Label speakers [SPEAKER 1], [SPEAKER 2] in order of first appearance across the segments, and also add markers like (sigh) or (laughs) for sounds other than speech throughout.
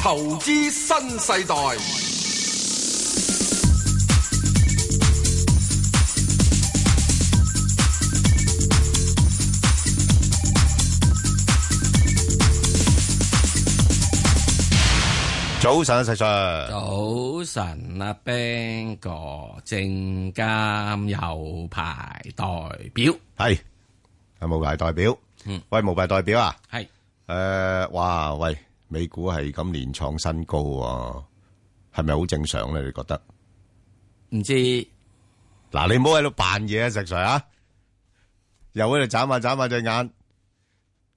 [SPEAKER 1] 投資新世代。
[SPEAKER 2] 早晨啊，石 Sir，
[SPEAKER 3] 早晨啊，Bang 哥，證監有牌代表
[SPEAKER 2] 系系無牌代表。
[SPEAKER 3] 嗯
[SPEAKER 2] 喂，無牌代表啊，
[SPEAKER 3] 係
[SPEAKER 2] 诶、哇，喂，美股係咁連創新高、喎，係咪好正常咧？你覺得？
[SPEAKER 3] 唔知
[SPEAKER 2] 嗱，你唔好喺度扮嘢啊，石 Sir 啊，又喺度眨下眨下隻眼，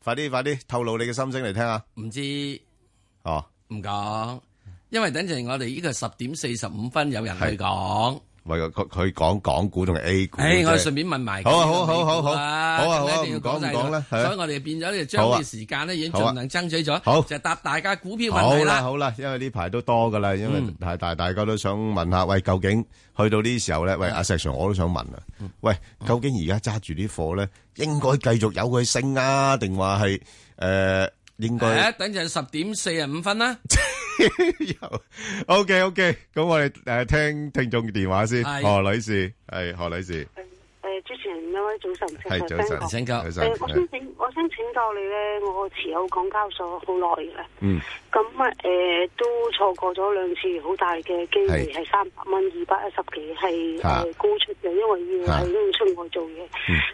[SPEAKER 2] 快啲快啲透露你嘅心聲嚟聽下。
[SPEAKER 3] 唔知
[SPEAKER 2] 哦，
[SPEAKER 3] 唔講，因為等陣我哋呢個十點四十五分有人去講，
[SPEAKER 2] 喂，佢佢講港股同埋 A 股啫，
[SPEAKER 3] 誒，我順便問埋佢
[SPEAKER 2] 好啊
[SPEAKER 3] 呢個
[SPEAKER 2] 好啊好啊好啊好啊
[SPEAKER 3] 美股啦咁
[SPEAKER 2] 好啊
[SPEAKER 3] 一定要
[SPEAKER 2] 唔講
[SPEAKER 3] 講晒
[SPEAKER 2] 唔講啦
[SPEAKER 3] 佢
[SPEAKER 2] 係啊
[SPEAKER 3] 所以我哋變咗呢，將
[SPEAKER 2] 好
[SPEAKER 3] 呢
[SPEAKER 2] 啊
[SPEAKER 3] 個時間呢已經
[SPEAKER 2] 好啊
[SPEAKER 3] 盡量爭取
[SPEAKER 2] 好
[SPEAKER 3] 咗，就答大家股票問
[SPEAKER 2] 好
[SPEAKER 3] 題
[SPEAKER 2] 啦，
[SPEAKER 3] 啦。
[SPEAKER 2] 好啦，因為呢排都多噶啦，因為
[SPEAKER 3] 嗯
[SPEAKER 2] 大大大家都想問下，喂，究竟去到呢時候咧，喂，阿石 Sir 我都想問啊，喂，究竟而家揸住啲貨咧，應該繼續有佢升啊，定話係誒應該 (laughs)
[SPEAKER 3] 誒，等陣十點四十五分啦，
[SPEAKER 2] ？O K O K，咁我哋誒聽聽眾電話先，
[SPEAKER 3] 係
[SPEAKER 2] 何女士係何女士，
[SPEAKER 4] 诶，主持人兩位早晨，
[SPEAKER 2] 係
[SPEAKER 4] 石
[SPEAKER 2] 早
[SPEAKER 4] Sir，
[SPEAKER 2] 晨，
[SPEAKER 3] 請教
[SPEAKER 2] 早
[SPEAKER 4] 誒我想
[SPEAKER 2] 晨，
[SPEAKER 4] 請我想請教你咧，我持有港交所好耐嘅，
[SPEAKER 2] 嗯，
[SPEAKER 4] 咁啊誒都錯過咗兩次好大嘅機會，
[SPEAKER 2] 係
[SPEAKER 4] 係三百蚊二百一十幾係
[SPEAKER 2] 嚇
[SPEAKER 4] 誒高出嘅，因為要
[SPEAKER 2] 嚇嗯
[SPEAKER 4] 喺出外做嘢。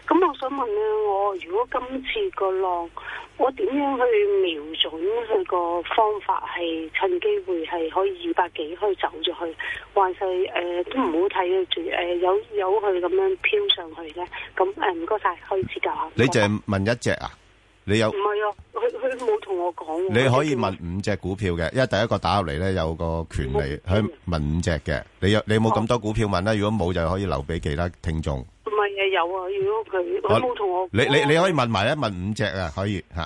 [SPEAKER 4] 咁、我想問咧，我如果今次個浪，我點樣去瞄準佢個方法係趁機會係可以二百幾可以走咗去，還是誒、呃都唔好睇佢住誒有有佢咁樣飄上去咧？咁誒唔該晒，可以指教下。
[SPEAKER 2] 你淨係問一隻啊？你有
[SPEAKER 4] 唔？係啊，佢佢冇同我講喎。
[SPEAKER 2] 你可以問五隻股票嘅，因為第一個打入嚟咧有個權利，可以
[SPEAKER 4] 嗯
[SPEAKER 2] 問五隻嘅。你有你有冇咁多股票問咧？如果冇就可以留俾其他聽眾。
[SPEAKER 4] 唔係啊，有啊，如果佢佢冇同我講。
[SPEAKER 2] 你你你可以問埋一問五隻啊，可以吓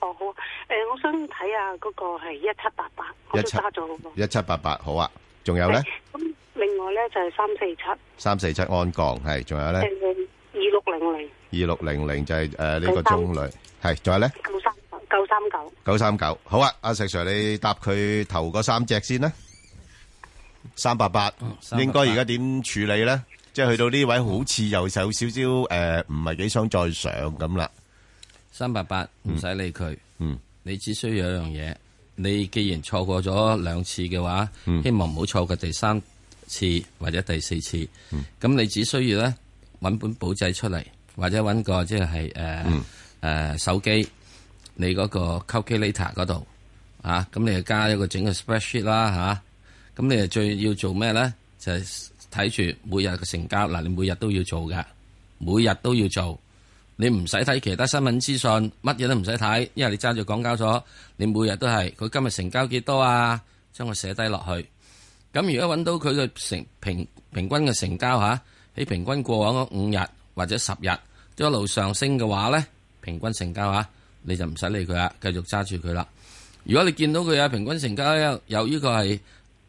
[SPEAKER 4] 哦好啊，誒、我想睇下嗰個係一七八八，我都
[SPEAKER 2] 17
[SPEAKER 4] 揸咗好多。
[SPEAKER 2] 一七八八好啊。仲有咧
[SPEAKER 4] 係咁另外咧就係三四七，誒
[SPEAKER 2] 三四七安降係，仲有咧二
[SPEAKER 4] 二六零零
[SPEAKER 2] 六零零就係呃诶呢個中旅係，仲有咧
[SPEAKER 4] 九三九三九。
[SPEAKER 2] 九三九。好啊，阿石 Sir 你答佢頭嗰三隻先啦。三八八
[SPEAKER 3] 嗯388
[SPEAKER 2] 應該而家點處理咧？即係去到呢位好似又有少少诶，唔係幾想再上咁啦。
[SPEAKER 3] 三八八唔使理佢。
[SPEAKER 2] 嗯。
[SPEAKER 3] 你只需要有一樣嘢，你既然錯過咗兩次嘅話，
[SPEAKER 2] 嗯
[SPEAKER 3] 希望唔好錯過第三次或者第四次。咁、
[SPEAKER 2] 嗯
[SPEAKER 3] 你只需要咧揾本簿仔出嚟，或者揾個即係
[SPEAKER 2] 嗯
[SPEAKER 3] 誒誒手機，你嗰個 calculator 嗰度啊，咁你就加一個整個 spreadsheet 啦嚇。咁、你就最要做咩咧？就係睇住每日嘅成交嗱，你每日都要做㗎，每日都要做。你唔使睇其他新聞資訊，乜嘢都唔使睇，因為你揸住港交所，你每日都係佢今日成交幾多啊，將佢寫低落去。咁如果揾到佢嘅成平平均嘅成交嚇，喺平均過往嗰五日或者十日都一路上升嘅話咧，平均成交嚇，你就唔使理佢啦，繼續揸住佢啦。如果你見到佢啊平均成交有有呢個係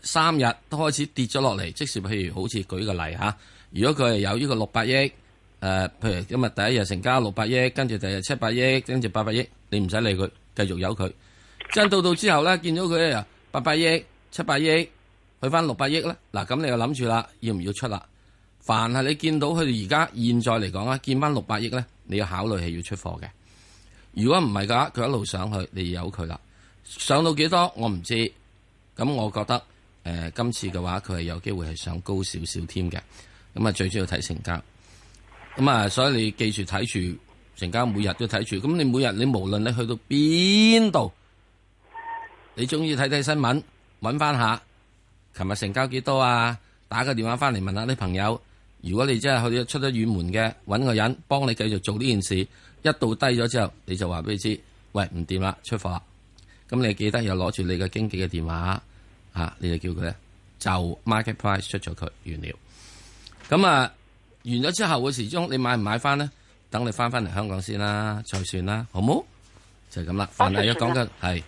[SPEAKER 3] 三日都開始跌咗落嚟，即使譬如好似舉個例嚇，如果佢係有呢個六百億。誒、呃譬如今日第一日成交六百億，跟住第二日七百億，跟住八百億，你唔使理佢，繼續有佢。真到到之後咧，見到佢啊八百億、七百億，去翻六百億咧，嗱咁你就諗住啦，要唔要出啦？凡係你見到佢哋而家現在嚟講啊，見翻六百億咧，你要考慮係要出貨嘅。如果唔係嘅話，佢一路上去，你由佢啦。上到幾多我唔知，咁我覺得誒、呃今次嘅話，佢係有機會係上高少少添嘅。咁啊，最主要睇成交。咁啊，所以你記住睇住成交，每日都睇住。咁你每日你無論你去到邊度，你中意睇睇新聞，揾翻下，琴日成交幾多啊？打個電話翻嚟問下啲朋友。如果你真係去咗出咗遠門嘅，揾個人幫你繼續做呢件事。一到低咗之後，你就話俾佢知，喂唔掂啦，出貨啦。咁你記得又攞住你嘅經紀嘅電話啊，你就叫佢咧就 market price 出咗佢完了。咁啊，完咗之後嘅時鐘，你買唔買翻呢？等你翻翻嚟香港先啦，再算啦，好冇？就係咁啦。凡係有講緊係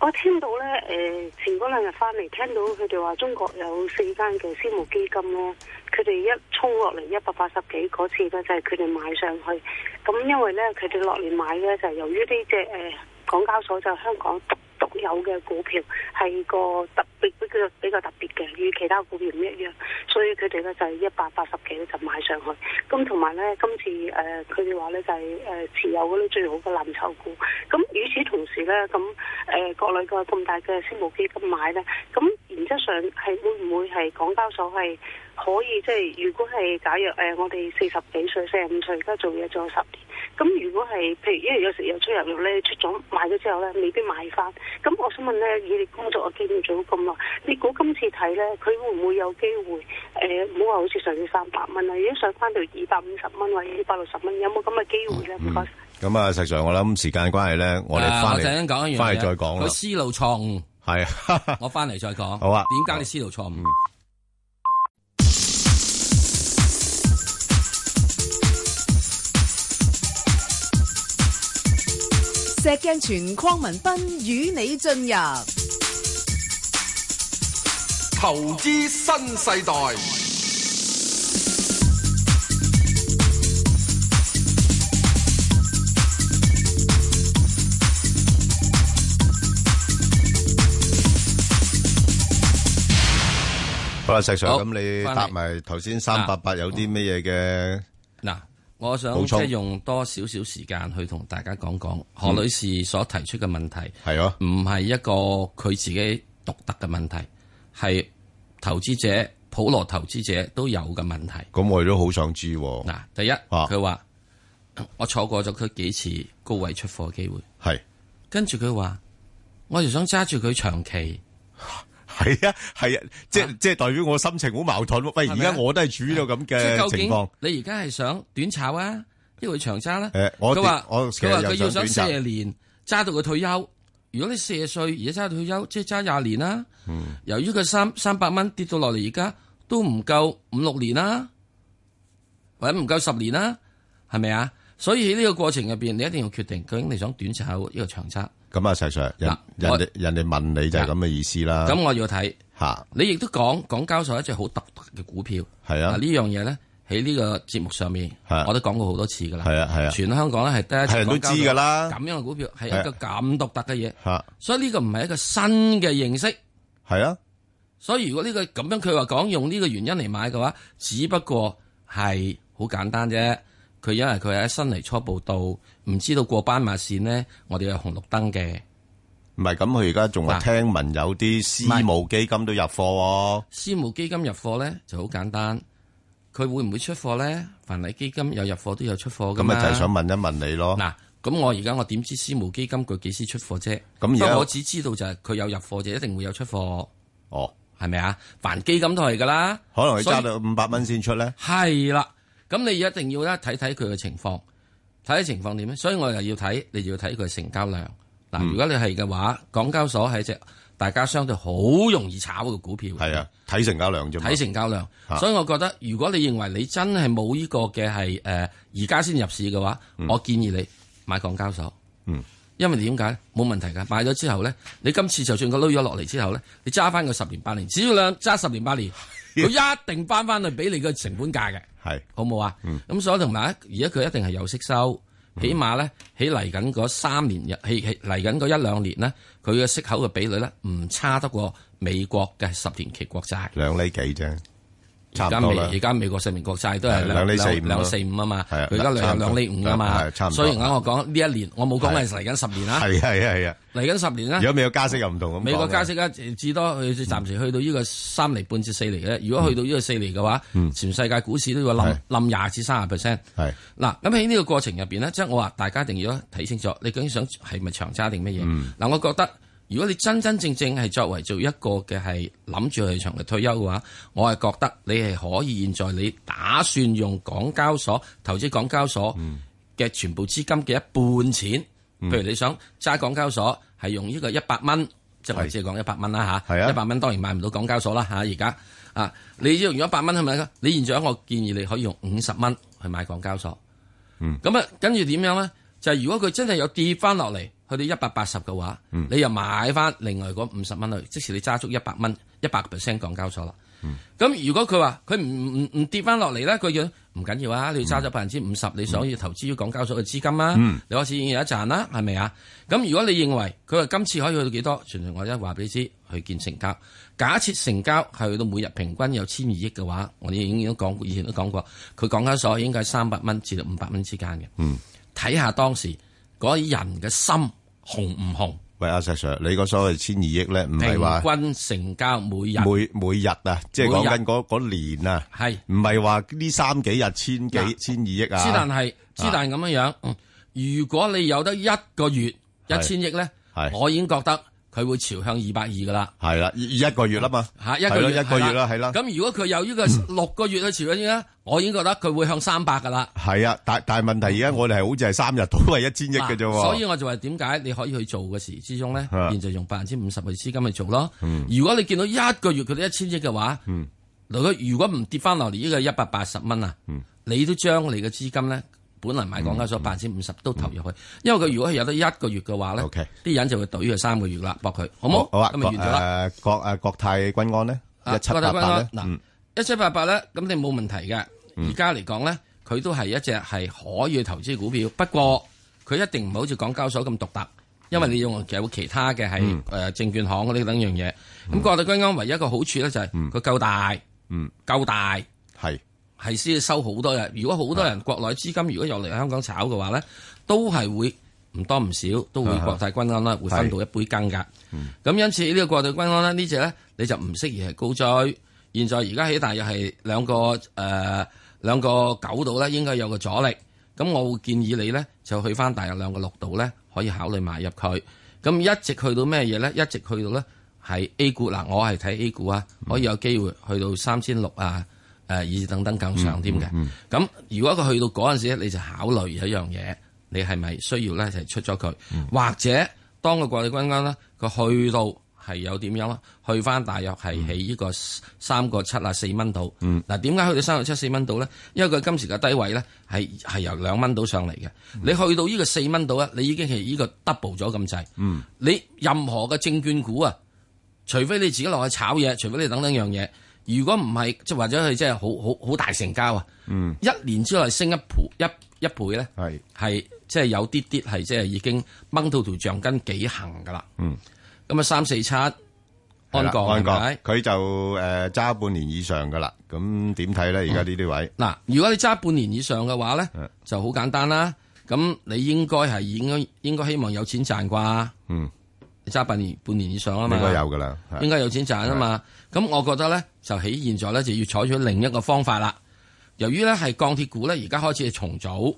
[SPEAKER 4] 我聽到咧，誒、前嗰兩日翻嚟聽到佢哋話中國有四間嘅私募基金咧，佢哋一衝落嚟一百八十幾嗰次咧，就係佢哋買上去。呃咁因為咧，佢哋落嚟買咧，就係由於呢只誒港交所就香港獨獨有嘅股票係個特別比較比較特別嘅，與其他股票唔一樣，所以佢哋咧就係一百八十幾咧就買上去。咁同埋咧，今次誒佢哋話咧就係、誒、持有嗰啲最好嘅藍籌股。咁與此同時咧，咁誒、國內個咁大嘅私募基金買咧，咁原則上係會唔會係港交所係？可以即係，如果係假若誒、呃我哋四十幾歲、四十五歲，而家做嘢做咗十年，咁如果係譬如因為有時有出入肉咧，出咗賣咗之後咧，未必買翻。咁我想問咧，以你工作嘅經驗做咗咁耐，你估今次睇咧，佢會唔會有機會誒？唔好話好似上次三百蚊啦，如果上翻到二百五十蚊或者二百六十蚊，有冇咁嘅機會咧？唔該。
[SPEAKER 2] 咁啊，石 Sir，我諗時間關係咧，我哋
[SPEAKER 3] 啊
[SPEAKER 2] 翻
[SPEAKER 3] 我陣
[SPEAKER 2] 嚟
[SPEAKER 3] 間講一樣嘢
[SPEAKER 2] 翻嚟再講啦
[SPEAKER 3] 佢。思路錯誤，
[SPEAKER 2] 系啊，
[SPEAKER 3] 我翻嚟再講。
[SPEAKER 2] 好啊
[SPEAKER 3] 點解你思路錯誤？
[SPEAKER 5] 石镜全框文斌与你进入
[SPEAKER 1] 投資新世代，
[SPEAKER 2] (laughs) 好啦，石 Sir，
[SPEAKER 3] 好
[SPEAKER 2] 咁你
[SPEAKER 3] 返嚟
[SPEAKER 2] 答埋頭先三八八有啲咩嘢嘅？
[SPEAKER 3] 嗱，我想
[SPEAKER 2] 補
[SPEAKER 3] 即
[SPEAKER 2] 充嗯
[SPEAKER 3] 係用多少少時間去同大家講講何女士所提出嘅問題，
[SPEAKER 2] 係咯，
[SPEAKER 3] 唔係一個佢自己獨特嘅問題，係投資者普羅投資者都有嘅問題。
[SPEAKER 2] 咁我哋都好想知喎。
[SPEAKER 3] 嗱，第一
[SPEAKER 2] 啊
[SPEAKER 3] 佢話 (clears throat) 我錯過咗佢幾次高位出貨機會，
[SPEAKER 2] 係
[SPEAKER 3] 跟住佢話我就想揸住佢長期。
[SPEAKER 2] 係啊，係啊，即係即係代表我心情好矛盾喎。喂，
[SPEAKER 3] 係
[SPEAKER 2] 而
[SPEAKER 3] 咪啊
[SPEAKER 2] 家我都係處於到咁
[SPEAKER 3] 即係究
[SPEAKER 2] 嘅情
[SPEAKER 3] 竟
[SPEAKER 2] 況。
[SPEAKER 3] 你而家係想短炒啊，因為長揸啦、
[SPEAKER 2] 誒我
[SPEAKER 3] 佢話
[SPEAKER 2] 我其實
[SPEAKER 3] 佢話
[SPEAKER 2] 又
[SPEAKER 3] 佢要
[SPEAKER 2] 想
[SPEAKER 3] 想
[SPEAKER 2] 短
[SPEAKER 3] 四
[SPEAKER 2] 炒
[SPEAKER 3] 十年揸到佢退休。如果你四十歲而家揸到退休，即係揸廿年啦。
[SPEAKER 2] 嗯
[SPEAKER 3] 由於佢三三百蚊跌到落嚟，而家都唔夠五六年啦，或者唔夠十年啦，係咪啊？所以喺呢個過程入邊，你一定要決定究竟你想短炒呢個長揸。
[SPEAKER 2] 咁啊，石 Sir，人
[SPEAKER 3] 嗱
[SPEAKER 2] 人
[SPEAKER 3] 我
[SPEAKER 2] 哋人哋問你就係咁嘅意思啦。
[SPEAKER 3] 咁、我要睇
[SPEAKER 2] 吓
[SPEAKER 3] 你亦都講港交所一隻好獨特嘅股票。
[SPEAKER 2] 係
[SPEAKER 3] 嗱
[SPEAKER 2] 啊
[SPEAKER 3] 呢，樣嘢咧喺呢個節目上面，
[SPEAKER 2] 係
[SPEAKER 3] 我都講過好多次噶啦。
[SPEAKER 2] 係啊係啊
[SPEAKER 3] 全香港咧係得一
[SPEAKER 2] 係
[SPEAKER 3] 隻
[SPEAKER 2] 人都
[SPEAKER 3] 港交所
[SPEAKER 2] 知㗎啦
[SPEAKER 3] 咁樣嘅股票係
[SPEAKER 2] 係啊
[SPEAKER 3] 一個咁獨特嘅嘢，
[SPEAKER 2] 吓
[SPEAKER 3] 所以呢個唔係一個新嘅形式。
[SPEAKER 2] 係啊，
[SPEAKER 3] 所以如果呢、個咁樣佢話講用呢個原因嚟買嘅話，只不過係好簡單啫。佢因為佢係喺新嚟初步到，唔知道過斑馬線呢，我哋有紅綠燈嘅。
[SPEAKER 2] 唔係咁，佢而家仲話
[SPEAKER 3] 嗱
[SPEAKER 2] 聽聞有啲私募基金都入貨喎。
[SPEAKER 3] 私募基金入貨咧就好簡單，佢會唔會出貨咧？凡係基金有入貨都有出貨噶
[SPEAKER 2] 咁
[SPEAKER 3] 嘛。
[SPEAKER 2] 啊，就係想問一問你咯。
[SPEAKER 3] 嗱，咁我而家我點知私募基金佢幾時出貨啫？
[SPEAKER 2] 咁而家
[SPEAKER 3] 不過我只知道就係佢有入貨就一定會有出貨，
[SPEAKER 2] 哦，
[SPEAKER 3] 係咪啊？凡基金都係噶啦，
[SPEAKER 2] 可能佢揸
[SPEAKER 3] 所以
[SPEAKER 2] 到五百蚊先出咧。
[SPEAKER 3] 係啦。咁你一定要咧睇睇佢嘅情況，睇睇情況點咧。所以我又要睇，你就要睇佢嘅成交量。嗱，
[SPEAKER 2] 嗯
[SPEAKER 3] 如果你係嘅話，港交所係只大家相對好容易炒嘅股票，
[SPEAKER 2] 係啊，睇成交量啫嘛。
[SPEAKER 3] 睇成交量
[SPEAKER 2] 啊。
[SPEAKER 3] 所以我覺得，如果你認為你真係冇呢個嘅係誒而家先入市嘅話，我建議你買港交所。
[SPEAKER 2] 嗯，
[SPEAKER 3] 因為點解呢冇問題㗎？買咗之後咧，你今次就算佢攞咗落嚟之後咧，你揸翻個十年八年，只要兩揸十年
[SPEAKER 2] (laughs)
[SPEAKER 3] 八年，佢一定翻翻去俾你嘅成本價嘅，
[SPEAKER 2] 係
[SPEAKER 3] 好冇啊？
[SPEAKER 2] 嗯
[SPEAKER 3] 咁所以同埋而家佢一定係有息收。起碼咧，喺嚟緊嗰三年入，喺喺嚟緊嗰一兩年咧，佢嘅息口嘅比率咧，唔差得過美國嘅十年期國債。
[SPEAKER 2] 兩厘幾啫，差
[SPEAKER 3] 而
[SPEAKER 2] 唔
[SPEAKER 3] 家
[SPEAKER 2] 多
[SPEAKER 3] 美
[SPEAKER 2] 啦
[SPEAKER 3] 而。家美國十年國債都係
[SPEAKER 2] 係兩厘四五
[SPEAKER 3] 兩
[SPEAKER 2] 咯
[SPEAKER 3] 四五啊嘛，
[SPEAKER 2] 係啊
[SPEAKER 3] 佢而家兩
[SPEAKER 2] 差唔
[SPEAKER 3] 兩
[SPEAKER 2] 多
[SPEAKER 3] 厘五啊嘛
[SPEAKER 2] 係差唔，多
[SPEAKER 3] 所以而家我講呢一年，我冇講係嚟緊十年啦，
[SPEAKER 2] 係係係啊，
[SPEAKER 3] 嚟緊十年
[SPEAKER 2] 如果
[SPEAKER 3] 啦，
[SPEAKER 2] 美國加息又唔同咁講啦。
[SPEAKER 3] 美國加息咧啊至多去暫時去到呢個三厘半至四厘嘅，如果去到呢個四厘嘅話，全世界股市都要冧
[SPEAKER 2] 嗯係
[SPEAKER 3] 冧廿至三十 percent。
[SPEAKER 2] 係
[SPEAKER 3] 嗱，咁喺呢個過程入邊咧，即係我話大家一定要睇清楚，你究竟想係咪長揸定乜嘢？嗱、我覺得如果你真真正正係作為做一個嘅係諗住去長期退休嘅話，我係覺得你係可以現在你打算用港交所投資港交所嘅全部資金嘅一半錢，
[SPEAKER 2] 嗯
[SPEAKER 3] 譬如你想揸港交所係用呢個一百蚊，即係我只係講一百蚊啦
[SPEAKER 2] 係啊
[SPEAKER 3] 嚇，一百蚊當然買唔到港交所啦嚇，而家啊，你用咗一百蚊係咪？你現在我建議你可以用五十蚊去買港交所。
[SPEAKER 2] 嗯
[SPEAKER 3] 咁啊，跟住點樣咧？就係、如果佢真係有跌翻落嚟，去到一百八十嘅
[SPEAKER 2] 嗯
[SPEAKER 3] 話，你又買翻另外嗰五十蚊去，即使你揸足一百蚊，一百 percent 港交所啦。咁如果佢話佢唔唔唔跌翻落嚟咧，佢要唔緊要啊！你要揸
[SPEAKER 2] 嗯
[SPEAKER 3] 咗百分之五十，你想要投資於港交所嘅資金啦，你開始已經有一賺啦，係咪啊？咁如果你認為佢話今次可以去到幾多，全部我一話俾你知，去見成交。假設成交係去到每日平均有千二億嘅話，我哋已經都講過，以前都講過，佢港交所應該係三百蚊至到五百蚊之間嘅。
[SPEAKER 2] 嗯
[SPEAKER 3] 睇下當時嗰啲人嘅心紅唔紅？
[SPEAKER 2] 喂，阿石 Sir，你嗰所謂千二億咧，唔係話
[SPEAKER 3] 平均成交每日
[SPEAKER 2] 每每日啊，即係
[SPEAKER 3] 每日
[SPEAKER 2] 講緊嗰嗰年啊，
[SPEAKER 3] 係。
[SPEAKER 2] 唔係話呢三幾日千幾
[SPEAKER 3] 嗱
[SPEAKER 2] 千二億
[SPEAKER 3] 之但
[SPEAKER 2] 啊，
[SPEAKER 3] 係，之但咁樣樣。嗯如果你有得一個月一
[SPEAKER 2] 係
[SPEAKER 3] 千億咧
[SPEAKER 2] 係，
[SPEAKER 3] 我已經覺得佢會朝向二百二噶啦。
[SPEAKER 2] 係啦，一一個月啦嘛，
[SPEAKER 3] 嚇一
[SPEAKER 2] 係
[SPEAKER 3] 個月
[SPEAKER 2] 咯一個月啦，係啦，
[SPEAKER 3] 咁如果佢有呢個六個月嘅朝向咧，我已經覺得佢會向三百噶啦。
[SPEAKER 2] 係啊，但但係問題而家我哋係好似係三日都係一千億嘅啫
[SPEAKER 3] 嗱
[SPEAKER 2] 喎，
[SPEAKER 3] 所以我就話點解你可以去做嘅時之中咧
[SPEAKER 2] 啊，
[SPEAKER 3] 現在用百分之五十嘅資金去做咯。
[SPEAKER 2] 嗯
[SPEAKER 3] 如果你見到一個月佢都一千億嘅話，如果如果唔跌翻落嚟呢個一百八十蚊啊，
[SPEAKER 2] 嗯
[SPEAKER 3] 你都將你嘅資金咧。本來買港交所百分之五十都投入去，因為佢如果係有得一個月嘅話咧
[SPEAKER 2] OK，
[SPEAKER 3] 啲人就會懟佢三個月啦，搏佢，好
[SPEAKER 2] 好
[SPEAKER 3] 冇？
[SPEAKER 2] 好啊，
[SPEAKER 3] 咁咪完咗啦。
[SPEAKER 2] 誒國誒國泰君安咧，
[SPEAKER 3] 啊
[SPEAKER 2] 一七
[SPEAKER 3] 郭
[SPEAKER 2] 八嗯
[SPEAKER 3] 大
[SPEAKER 2] 八咧
[SPEAKER 3] 軍，嗱，一七八八咧，咁你冇問題嘅。
[SPEAKER 2] 嗯
[SPEAKER 3] 而家嚟講咧，佢都係一隻係可以投資嘅股票，不過佢一定唔好似港交所咁獨特，因
[SPEAKER 2] 嗯
[SPEAKER 3] 為你用有其他嘅係誒證券行嗰啲等樣嘢。咁國泰君安唯一一個好處咧就係佢夠大，
[SPEAKER 2] 嗯
[SPEAKER 3] 夠大。
[SPEAKER 2] 係
[SPEAKER 3] 係先收好多人。如果好多人國內資金如果又嚟香港炒嘅話咧，都係會唔多唔少都會國泰君安啦，會分到一杯羹㗎。咁因此呢個國泰君安咧呢只咧你就唔適宜係高追。現在而家起大約係兩個誒、呃、兩個九度咧，應該有個阻力。咁我會建議你咧就去翻大約兩個六度咧，可以考慮買入佢。咁一直去到咩嘢咧？一直去到咧係 A 股嗱，我係睇 A 股啊，可以有機會去到三千六啊。誒，以至等等更上添嘅。咁、如果佢去到嗰陣時咧，你就考慮有一樣嘢，你係咪需要咧就係出咗佢，或者當個國際軍安咧，佢去到係有點樣啦，去翻大約係喺呢個三個七啊四蚊度。嗱，點解去到三個七四蚊度咧？因為佢今時嘅低位咧係係由兩蚊度上嚟嘅。你去到呢個四蚊度咧，你已經係呢個 double 咗咁滯。你任何嘅證券股啊，除非你自己落去炒嘢，除非你等等樣嘢。如果唔係，即係或者佢真係好好好大成交啊！嗯、一年之內升一倍一一倍咧，
[SPEAKER 2] 係
[SPEAKER 3] 係即係有啲啲係即係已經掹到條橡筋幾行噶啦。
[SPEAKER 2] 嗯，
[SPEAKER 3] 咁啊三四七安
[SPEAKER 2] 係啦
[SPEAKER 3] 鋼係
[SPEAKER 2] 安
[SPEAKER 3] 咪
[SPEAKER 2] 鋼？佢就誒揸半年以上噶啦，咁點睇咧？而家呢啲位
[SPEAKER 3] 嗱，如果你揸半年以上嘅話咧
[SPEAKER 2] 嗯，
[SPEAKER 3] 就好簡單啦。咁你應該係應該應該希望有錢賺啩？
[SPEAKER 2] 嗯，
[SPEAKER 3] 你揸半年半年以上啊嘛，
[SPEAKER 2] 應該有噶啦，係
[SPEAKER 3] 應該有錢賺啊嘛。咁我覺得咧，就喺現在咧就要採取另一個方法啦。由於咧係鋼鐵股咧，而家開始係重組，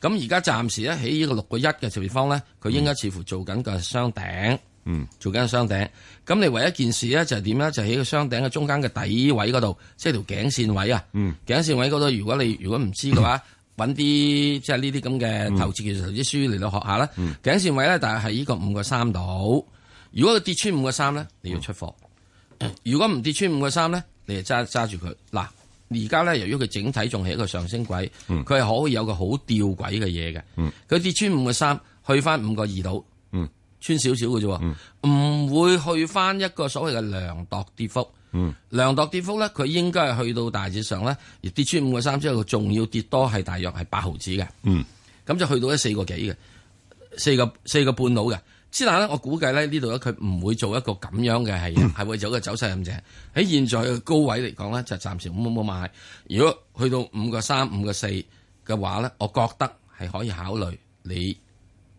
[SPEAKER 3] 咁而家暫時咧喺呢個六個一嘅地方咧，佢應該似乎做緊個雙頂，
[SPEAKER 2] 嗯，
[SPEAKER 3] 做緊個雙頂。咁你唯一件事咧就係點咧？就喺個雙頂嘅中間嘅底位嗰度，即係條頸線位啊，
[SPEAKER 2] 嗯，
[SPEAKER 3] 頸線位嗰度，如果你如果唔知嘅話。揾啲即係呢啲咁
[SPEAKER 2] 嗯
[SPEAKER 3] 嘅投資技術投資書嚟到學下啦，頸線位咧，但係係呢個五個三度。如果佢跌穿五個三咧，你要出貨；
[SPEAKER 2] 嗯
[SPEAKER 3] 如果唔跌穿五個三咧，你就揸揸住佢。嗱，而家咧由於佢整體仲係一個上升軌，
[SPEAKER 2] 嗯
[SPEAKER 3] 佢係、可以有個好吊軌嘅嘢嘅。佢、跌穿五個三，去翻五個二度，
[SPEAKER 2] 嗯
[SPEAKER 3] 穿少少嘅啫喎，唔、會去翻一個所謂嘅量度跌幅。
[SPEAKER 2] 嗯
[SPEAKER 3] 量度跌幅咧，佢應該係去到大致上咧，而跌穿五個三之後，佢仲要跌多係大約係八毫子嘅。
[SPEAKER 2] 嗯，
[SPEAKER 3] 咁就去到一四個幾嘅，四個四個半佬嘅。之但咧，我估計咧呢度咧，佢唔會做一個咁樣嘅係係會走嘅走勢咁正。喺現在嘅高位嚟講咧，就暫時冇冇買。如果去到五個三、五個四嘅話咧，我覺得係可以考慮你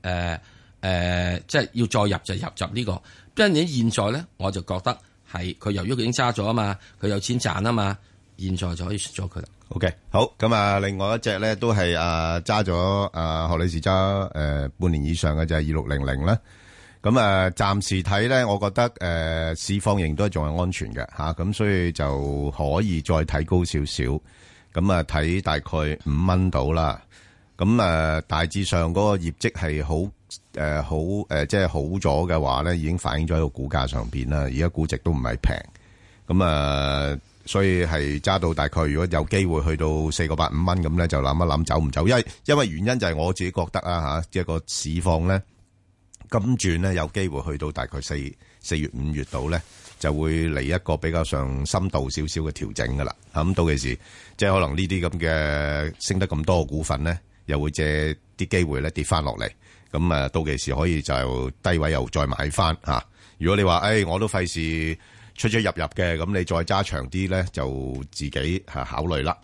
[SPEAKER 3] 誒誒，即係要再入就入入呢個。當然現在咧，我就覺得係佢由於佢已經揸咗啊嘛，佢有錢賺啊嘛，現在就可以出咗佢啦。
[SPEAKER 2] OK，好咁啊！另外一隻咧都係啊揸咗啊何女士揸誒半年以上嘅就係二六零零啦。咁啊，暫時睇咧，我覺得誒、呃市況仍都仲係安全嘅嚇，咁、所以就可以再睇高少少。咁啊，睇大概五蚊到啦。咁啊，大致上嗰個業績係好誒好誒，即係好咗嘅話咧，已經反映咗喺個股價上邊啦。而家估值都唔係平。咁啊，所以係揸到大概，如果有機會去到四個八五蚊咁咧，就諗一諗走唔走，因為因為原因就係我自己覺得啊吓，即係個市況咧金轉咧有機會去到大概四四月五月度咧，就會嚟一個比較上深度少少嘅調整噶啦。咁、到期時，即係可能呢啲咁嘅升得咁多嘅股份咧，又會借啲機會咧跌翻落嚟。咁啊，到期時可以就低位又再買翻嚇、啊如果你話誒、哎我都費事出出入入嘅，咁你再揸長啲咧，就自己嚇考慮啦。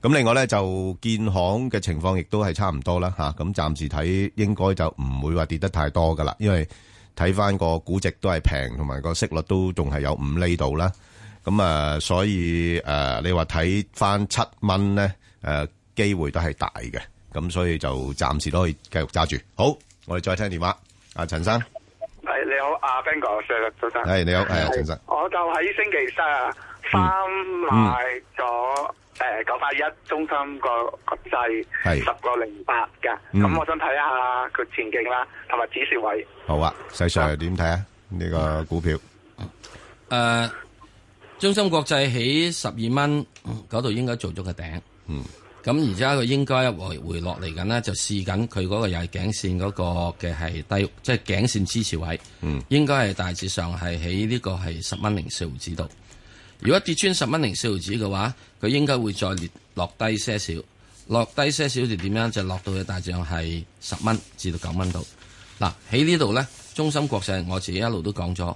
[SPEAKER 2] 咁另外咧就建行嘅情況亦都係差唔多啦吓，咁、暫時睇應該就唔會話跌得太多噶啦，因為睇翻個估值都係平，同埋個息率都仲係有五厘度啦。咁啊，所以誒、呃你話睇翻七蚊咧，誒、機會都係大嘅，咁所以就暫時都可以繼續揸住。好，我哋再聽電話，阿陳生，
[SPEAKER 6] 係你好，阿 Ben 哥，石早晨。
[SPEAKER 2] 係你好，係啊，陳生，
[SPEAKER 6] 我就喺星期三三買咗誒九八一中心個國際
[SPEAKER 2] 係
[SPEAKER 6] 十個零八嘅，
[SPEAKER 2] 嗯
[SPEAKER 6] 咁我想睇下佢前景啦，同埋指示位。
[SPEAKER 2] 好啊，細 Sir 點睇啊？呢、個股票
[SPEAKER 3] 诶、呃中心國際喺十二蚊嗰度應該做咗個頂。
[SPEAKER 2] 嗯。
[SPEAKER 3] 咁而家佢應該回回落嚟緊咧，就試緊佢嗰個又係頸線嗰個嘅係低，即係頸線支持位。
[SPEAKER 2] 嗯。
[SPEAKER 3] 應該係大致上係喺呢個係十蚊零四毫子度。如果跌穿十蚊零四毫子嘅話，佢應該會再跌落低些少，落低些少就點樣？就落到去大致上係十蚊至到九蚊度。嗱喺呢度咧，中心國際我自己一路都講咗，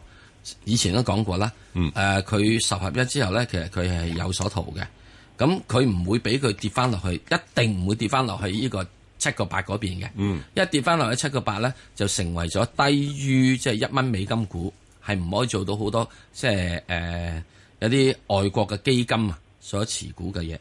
[SPEAKER 3] 以前都講過啦。
[SPEAKER 2] 嗯
[SPEAKER 3] 誒佢十合一之後咧，其實佢係有所圖嘅。咁佢唔會俾佢跌翻落去，一定唔會跌翻落去呢個七個八嗰邊嘅。
[SPEAKER 2] 嗯，
[SPEAKER 3] 一跌翻落去七個八咧，就成為咗低於即係一蚊美金股，係唔可以做到好多即係誒、呃有啲外國嘅基金啊所持股嘅嘢。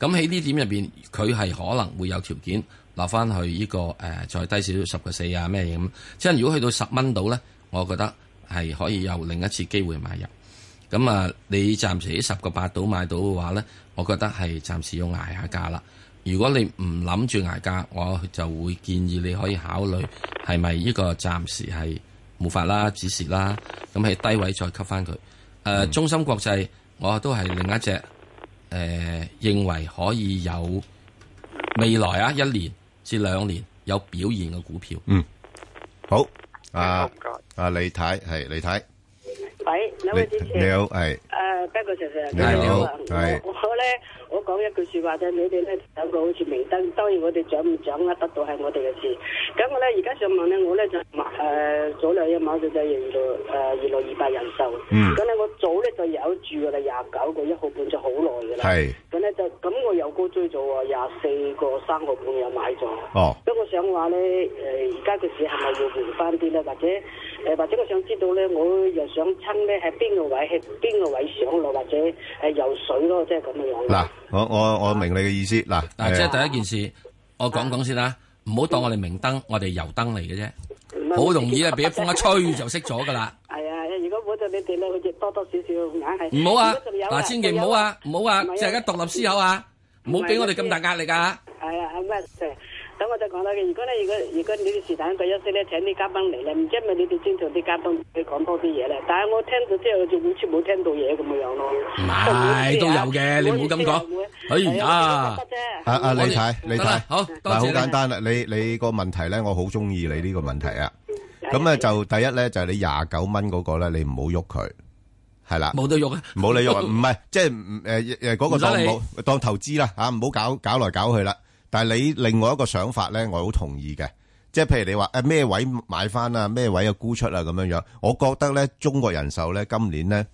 [SPEAKER 3] 咁喺呢點入邊，佢係可能會有條件落翻去呢、個誒、呃再低少少十個四啊咩嘢咁。即係如果去到十蚊度咧，我覺得係可以有另一次機會買入。咁啊，你暫時喺十個八度買到嘅話咧，我覺得係暫時要捱下價啦。如果你唔諗住捱價，我就會建議你可以考慮係咪呢個暫時係冇法啦、指示啦，咁喺低位再吸翻佢。誒、呃中心國際我都係另一隻誒、呃，認為可以有未來啊一年至兩年有表現嘅股票。
[SPEAKER 2] 好，啊
[SPEAKER 6] 唔該。
[SPEAKER 2] 啊李太係李太。
[SPEAKER 7] 喂，兩位主持，
[SPEAKER 2] 你好，
[SPEAKER 7] 誒
[SPEAKER 2] 係
[SPEAKER 7] b e 先生，
[SPEAKER 2] 你好
[SPEAKER 7] 啊
[SPEAKER 2] 係
[SPEAKER 7] 我我咧，我講一句説話啫，你哋咧兩個好似明燈，當然我哋掌唔掌握得到係我哋嘅事。咁我咧而家想問咧，我咧就買誒早兩日買咗隻二六誒二六二八人壽，
[SPEAKER 2] 嗯
[SPEAKER 7] 咁咧我早咧就有住噶啦，廿九個一號半就好耐噶啦，
[SPEAKER 2] 係
[SPEAKER 7] 咁咧就咁我有高追咗喎，廿四個三個半又買咗。
[SPEAKER 2] 哦，
[SPEAKER 7] 咁我想話咧，誒而家嘅市係咪要回翻啲咧？或者誒、或者我想知道咧，我又想親咧喺邊個位，喺邊個位上落，或者誒游水咯，即係咁嘅樣。
[SPEAKER 2] 嗱，我我我明你嘅意思，嗱，
[SPEAKER 3] 嗱，即
[SPEAKER 2] 誒
[SPEAKER 3] 係第一件事，我講講先啦，唔好當我哋明燈，我哋油燈嚟嘅
[SPEAKER 7] 嗯
[SPEAKER 3] 啫，好容易啊，俾風一吹就熄咗噶啦。
[SPEAKER 7] 係啊，如果冇咗你哋咧，好似多多少少硬係。
[SPEAKER 3] 唔好
[SPEAKER 7] 如
[SPEAKER 3] 啊
[SPEAKER 7] 果仲有，
[SPEAKER 3] 嗱，千祈唔好啊，唔好啊，
[SPEAKER 7] 仲有
[SPEAKER 3] 即係而家獨立思考啊，唔好俾我哋咁大壓力啊。
[SPEAKER 7] 係啊，咁啊，等我再講啦。如果咧，如果如果你哋是但一個休息咧，請啲嘉賓嚟咧，唔知係咪你哋專做啲嘉賓去講多啲嘢咧？但係我聽到之後就好似冇聽到嘢咁嘅樣咯。
[SPEAKER 3] 唔係都有嘅你唔好
[SPEAKER 7] 啊
[SPEAKER 3] 咁講哎
[SPEAKER 2] 阿阿
[SPEAKER 3] 呀我哋
[SPEAKER 2] 李太，李
[SPEAKER 3] 得啦
[SPEAKER 2] 太，
[SPEAKER 3] 好
[SPEAKER 2] 嗱，
[SPEAKER 3] 多
[SPEAKER 2] 好
[SPEAKER 3] 謝你
[SPEAKER 2] 簡單啦，你你個問題咧，我好中意你呢個問題啊，咁咧就第一咧就係你廿九蚊嗰個咧，你唔好喐佢，係啦。
[SPEAKER 3] 冇得喐啊，
[SPEAKER 2] 冇理由
[SPEAKER 3] (laughs)
[SPEAKER 2] 啊，唔係即係唔誒誒嗰個
[SPEAKER 3] 唔使
[SPEAKER 2] 當
[SPEAKER 3] 理
[SPEAKER 2] 冇當投資啦啊嚇，唔好搞搞來搞去啦。但係你另外一個想法咧，我好同意嘅，即係譬如你話誒咩位買翻啊，咩位啊沽出啊咁樣樣，我覺得咧中國人壽咧今年咧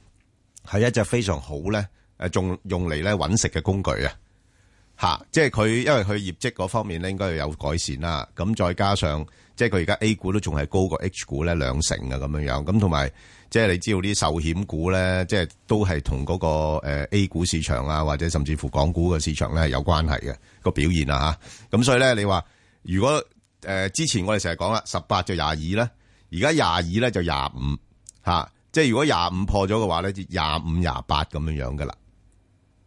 [SPEAKER 2] 係一隻非常好咧誒，仲用嚟咧揾食嘅工具啊。吓，即係佢因為佢業績嗰方面咧，應該有改善啦。咁再加上即係佢而家 A 股都仲係高過 H 股咧兩成啊咁樣樣。咁同埋即係你知道啲壽險股咧，即係都係同嗰個呃 A 股市場啊，或者甚至乎港股嘅市場咧係有關係嘅個表現啊吓。咁所以咧，你話如果誒、呃之前我哋成日講啦，十八就廿二啦，而家廿二咧就廿五嚇，即係如果廿五破咗嘅話咧，就廿五廿八咁樣樣噶啦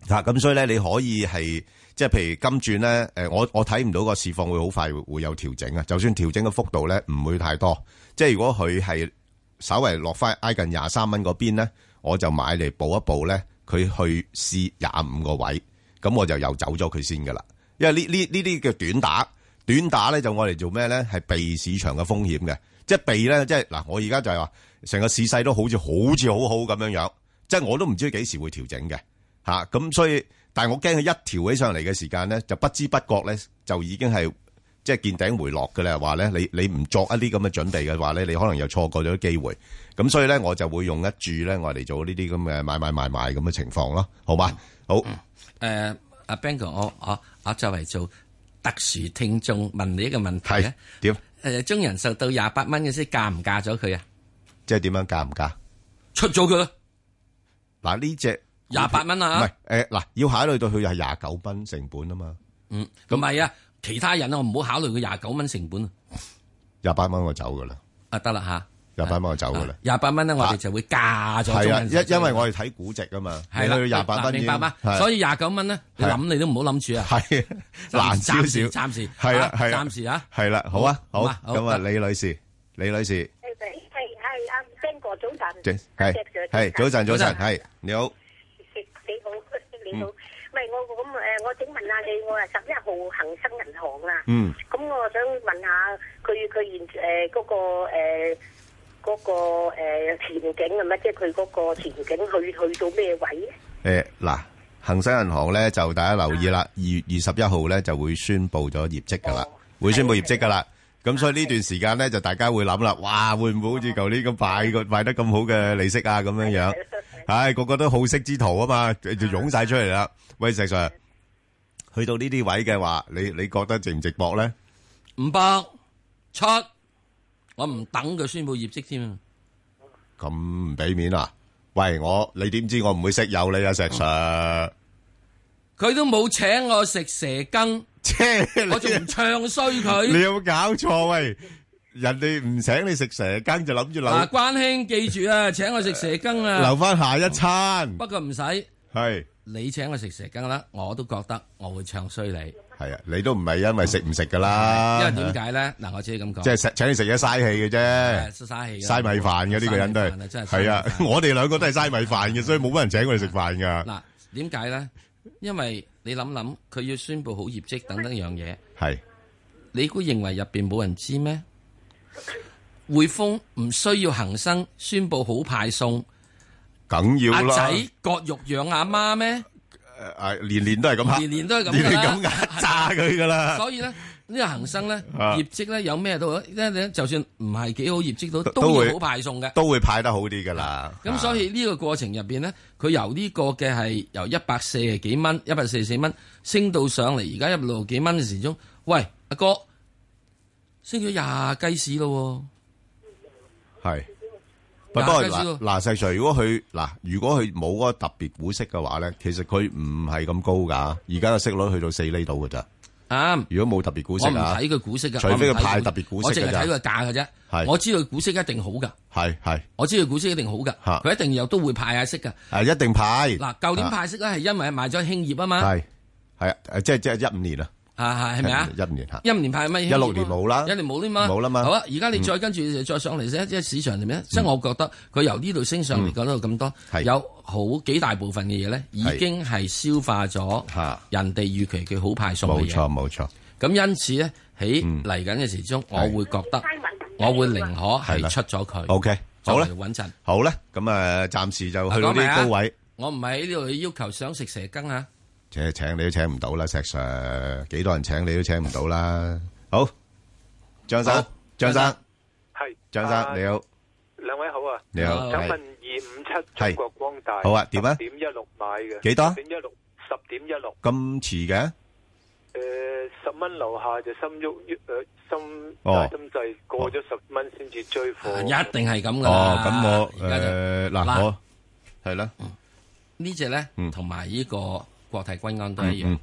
[SPEAKER 2] 嚇，咁、所以咧你可以係即係譬如金轉咧，誒、我我睇唔到個市況會好快會會有調整啊，就算調整嘅幅度咧唔會太多，即係如果佢係稍為落翻挨近廿三蚊嗰邊咧，我就買嚟補一補咧，佢去試廿五個位，咁我就又走咗佢先噶啦。因為呢呢呢啲叫短打，短打咧就我嚟做咩咧？係避市場嘅風險嘅。即係避咧，即係嗱，我而家就係話成個市勢都好似好似好好咁樣樣，即係我都唔知幾時會調整嘅吓，咁、所以但係我驚佢一調起上嚟嘅時間咧，就不知不覺咧就已經係即係見頂回落嘅啦。話咧你你唔作一啲咁嘅準備嘅話咧，你可能又錯過咗機會。咁所以咧，我就會用一注咧，我嚟做呢啲咁嘅買買賣賣咁嘅情況咯，好
[SPEAKER 3] 嗯
[SPEAKER 2] 嘛？好，
[SPEAKER 3] 誒，阿 Ben 哥，我我我作為做特殊聽眾問你一個問題
[SPEAKER 2] 係
[SPEAKER 3] 啊。
[SPEAKER 2] 點？
[SPEAKER 3] 誒，中人壽到廿八蚊嘅先嫁唔嫁咗佢啊？
[SPEAKER 2] 即係點樣價唔價？
[SPEAKER 3] 出咗佢咯，
[SPEAKER 2] 嗱呢只
[SPEAKER 3] 28蚊啊
[SPEAKER 2] 唔係誒嗱，要考慮到佢係廿九蚊成本啊嘛，
[SPEAKER 3] 嗯，唔係啊，其他人啊我唔好考慮佢廿九蚊成本啊
[SPEAKER 2] 廿八蚊我走噶啦，
[SPEAKER 3] 啊，得啦吓，
[SPEAKER 2] 廿八蚊我走噶啦，
[SPEAKER 3] 廿八蚊咧，我哋就會嫁咗
[SPEAKER 2] 係
[SPEAKER 3] 啊中
[SPEAKER 2] 啊，
[SPEAKER 3] 人壽
[SPEAKER 2] 因因為我哋睇估值啊嘛，你
[SPEAKER 3] 係啦，
[SPEAKER 2] 去廿八蚊已經
[SPEAKER 3] 明白嗎？
[SPEAKER 2] 係
[SPEAKER 3] 所以廿九蚊咧，你
[SPEAKER 2] 係
[SPEAKER 3] 諗你都唔好諗住啊。
[SPEAKER 2] 係難少
[SPEAKER 3] 暫
[SPEAKER 2] 少
[SPEAKER 3] 時，暫時
[SPEAKER 2] 係啦
[SPEAKER 3] 啊
[SPEAKER 2] 係啦，
[SPEAKER 3] 暫時啊
[SPEAKER 2] 係啦，好啊
[SPEAKER 3] 好
[SPEAKER 2] 好，
[SPEAKER 3] 好
[SPEAKER 2] 咁啊
[SPEAKER 3] 得
[SPEAKER 2] 李女士，李女士，
[SPEAKER 8] 啊
[SPEAKER 2] 即
[SPEAKER 8] 係，係，係，啱，Ben哥，早晨。
[SPEAKER 2] 係
[SPEAKER 8] 石Sir，
[SPEAKER 2] 係早晨早
[SPEAKER 3] 早
[SPEAKER 2] 晨
[SPEAKER 3] 晨嗯
[SPEAKER 2] 係你好，
[SPEAKER 8] 你好，你好。唔係，我咁，誒，我請問下你，我係11號恒生銀行啊。
[SPEAKER 2] 嗯
[SPEAKER 8] 咁我想問下佢-佢現-誒，嗰個，誒，嗰個，誒，前景係乜？即係佢嗰個前景去-去到咩位？
[SPEAKER 2] 誒嗱。恒生銀行咧就大家留意啦，二月二十一號咧就會宣布咗業績噶啦，會宣布業績噶啦。咁所以呢段時間咧就大家會諗啦，哇會唔會好似舊年咁買個買得咁好嘅利息啊咁樣
[SPEAKER 3] (laughs)
[SPEAKER 2] 樣？唉，個個都好色之徒啊嘛，就湧晒出嚟啦。喂，石 Sir，去到呢啲位嘅話，你你覺得值唔值博咧？
[SPEAKER 3] 五百出，我唔等佢宣布業績添啊。
[SPEAKER 2] 咁唔俾面啊？喂，我你點知我唔會識有你啊，石 Sir？ (laughs)
[SPEAKER 3] 佢都冇請我食蛇羹，
[SPEAKER 2] 切
[SPEAKER 3] 我仲唔唱衰 (laughs)
[SPEAKER 2] 你
[SPEAKER 3] 佢？
[SPEAKER 2] 有冇搞錯喂？人哋唔請你食蛇羹就諗住留
[SPEAKER 3] 嗱，關兄記住啊，請我食蛇羹
[SPEAKER 2] 留
[SPEAKER 3] 啊！
[SPEAKER 2] 翻下一餐，
[SPEAKER 3] 不過唔使
[SPEAKER 2] 係
[SPEAKER 3] 你請我食蛇羹啦，我都覺得我會唱衰你，
[SPEAKER 2] 係啊，你都唔係因為食唔食噶啦，
[SPEAKER 3] 因為點解咧？嗱，我自己咁講，
[SPEAKER 2] 即係食請你食嘢嘥氣嘅
[SPEAKER 3] 係
[SPEAKER 2] 啫，
[SPEAKER 3] 嘥氣㗎
[SPEAKER 2] 嘥米飯嘅呢個人都
[SPEAKER 3] 嘥米飯啊
[SPEAKER 2] 係
[SPEAKER 3] 真係
[SPEAKER 2] 係啊
[SPEAKER 3] 嘥米，飯
[SPEAKER 2] 我哋兩個都係嘥米飯嘅，所以冇乜人請我哋食飯噶，
[SPEAKER 3] 嗱，點解咧？因為你諗諗，佢要宣布好業績等等樣嘢，
[SPEAKER 2] 係
[SPEAKER 3] 你估認為入邊冇人知咩？匯豐唔需要恒生宣布好派送，
[SPEAKER 2] 梗要
[SPEAKER 3] 阿
[SPEAKER 2] 啦，
[SPEAKER 3] 仔割肉養阿媽咩？
[SPEAKER 2] 誒誒年年都係咁啊，
[SPEAKER 3] 年年都係咁㗎啦
[SPEAKER 2] 年年咁壓榨佢噶啦，
[SPEAKER 3] 所以咧，呢個恒生咧
[SPEAKER 2] 啊
[SPEAKER 3] 業績咧有咩都，咧你就算唔係幾好業績到，
[SPEAKER 2] 都
[SPEAKER 3] 都
[SPEAKER 2] 會
[SPEAKER 3] 要好派送嘅。
[SPEAKER 2] 都會派得好啲噶啦，
[SPEAKER 3] 咁所以呢個過程入邊咧，佢由呢個嘅係由一百四十幾蚊、一百四十四蚊升到上嚟，而家一百六十幾蚊嘅時鐘，喂阿哥升咗廿雞屎咯
[SPEAKER 2] 係。不過
[SPEAKER 3] 廿雞
[SPEAKER 2] 嗱
[SPEAKER 3] 喎
[SPEAKER 2] 嗱，石 Sir，如果佢嗱，如果佢冇嗰個特別股息嘅話咧，其實佢唔係咁高噶，而家嘅息率去到四厘度噶咋。
[SPEAKER 3] 喎，啱。
[SPEAKER 2] 如果冇特別股息
[SPEAKER 3] 我唔
[SPEAKER 2] 啊，
[SPEAKER 3] 睇佢股息噶，
[SPEAKER 2] 除非佢
[SPEAKER 3] 我唔睇
[SPEAKER 2] 派特別股息
[SPEAKER 3] 我淨
[SPEAKER 2] 㗎
[SPEAKER 3] 係
[SPEAKER 2] 咋
[SPEAKER 3] 睇佢價嘅
[SPEAKER 2] 係
[SPEAKER 3] 啫。我知道佢股息一定好噶，
[SPEAKER 2] 係係
[SPEAKER 3] 我知道佢股息一定好噶
[SPEAKER 2] 嚇，
[SPEAKER 3] 佢一定又都會派下息噶。
[SPEAKER 2] 啊，一定派
[SPEAKER 3] 嗱，舊年派息咧係因為買咗興業啊嘛，
[SPEAKER 2] 係係啊，即係即係一五年啊，
[SPEAKER 3] 啊係咪啊？
[SPEAKER 2] 一五年嚇，
[SPEAKER 3] 一五年派乜嘢？
[SPEAKER 2] 16年冇啦
[SPEAKER 3] 一年冇啦嘛，
[SPEAKER 2] 冇啦嘛
[SPEAKER 3] 好啊，而家你再跟住就再上嚟啫，即係市場裏面，即係我覺得佢由呢度升上嚟，講到咁
[SPEAKER 2] 係
[SPEAKER 3] 多，有好幾大部分嘅嘢咧，已經係消化咗
[SPEAKER 2] 嚇
[SPEAKER 3] 人哋預期佢好派送嘅
[SPEAKER 2] 冇錯
[SPEAKER 3] 嘢。
[SPEAKER 2] 冇錯，
[SPEAKER 3] 咁因此咧，喺嚟緊嘅時鐘，我會覺得我會寧可
[SPEAKER 2] 係啦
[SPEAKER 3] 係出咗佢。
[SPEAKER 2] OK，好啦
[SPEAKER 3] 作為穩陣。
[SPEAKER 2] 好啦，咁啊，暫時就去
[SPEAKER 3] 嗱
[SPEAKER 2] 到
[SPEAKER 3] 講埋
[SPEAKER 2] 呢
[SPEAKER 3] 啊
[SPEAKER 2] 高位，
[SPEAKER 3] 我唔係喺呢度要求想食蛇羹啊！
[SPEAKER 2] 請請你都請唔到啦，石 Sir，幾多人請你都請唔到啦。好，張生
[SPEAKER 3] 好，
[SPEAKER 2] 張生，
[SPEAKER 6] 係
[SPEAKER 2] 張生你，
[SPEAKER 6] 啊
[SPEAKER 2] 好，
[SPEAKER 6] 兩位好啊，
[SPEAKER 2] 你好，
[SPEAKER 3] 好
[SPEAKER 6] 想
[SPEAKER 2] 係
[SPEAKER 6] 問二五七
[SPEAKER 2] 係
[SPEAKER 6] 中國光大，
[SPEAKER 2] 好啊點啊
[SPEAKER 6] 點一六買嘅，
[SPEAKER 2] 幾多
[SPEAKER 6] 點一六，十點一六，
[SPEAKER 2] 咁遲嘅？
[SPEAKER 6] 誒，十蚊樓下就心喐喐，誒，心
[SPEAKER 2] 哦
[SPEAKER 6] 大心滯，過咗十蚊先至追貨，
[SPEAKER 3] 一定係咁噶
[SPEAKER 2] 哦，
[SPEAKER 3] 啦。
[SPEAKER 2] 咁我
[SPEAKER 3] 而家就
[SPEAKER 2] 誒嗱，
[SPEAKER 3] 嗱
[SPEAKER 2] 我係啦，
[SPEAKER 3] 呢只咧
[SPEAKER 2] 嗯，
[SPEAKER 3] 同埋呢個國泰君安都一
[SPEAKER 2] 嗯
[SPEAKER 3] 樣
[SPEAKER 2] 嗯，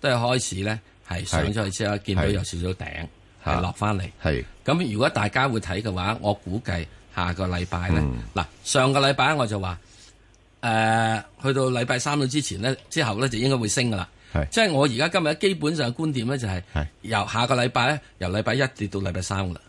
[SPEAKER 3] 都係開始咧係上咗去之後，見到有少少頂，
[SPEAKER 2] 嚇
[SPEAKER 3] 係落翻嚟。
[SPEAKER 2] 係
[SPEAKER 3] 咁如果大家會睇嘅話，我估計下個禮拜咧
[SPEAKER 2] 嗯，
[SPEAKER 3] 嗱上個禮拜我就話誒，去到禮拜三到之前咧，之後咧就應該會升噶啦
[SPEAKER 2] 係。
[SPEAKER 3] 即係我而家今日基本上嘅觀點咧，就係
[SPEAKER 2] 係
[SPEAKER 3] 由下個禮拜咧，由禮拜一跌到禮拜三噶啦。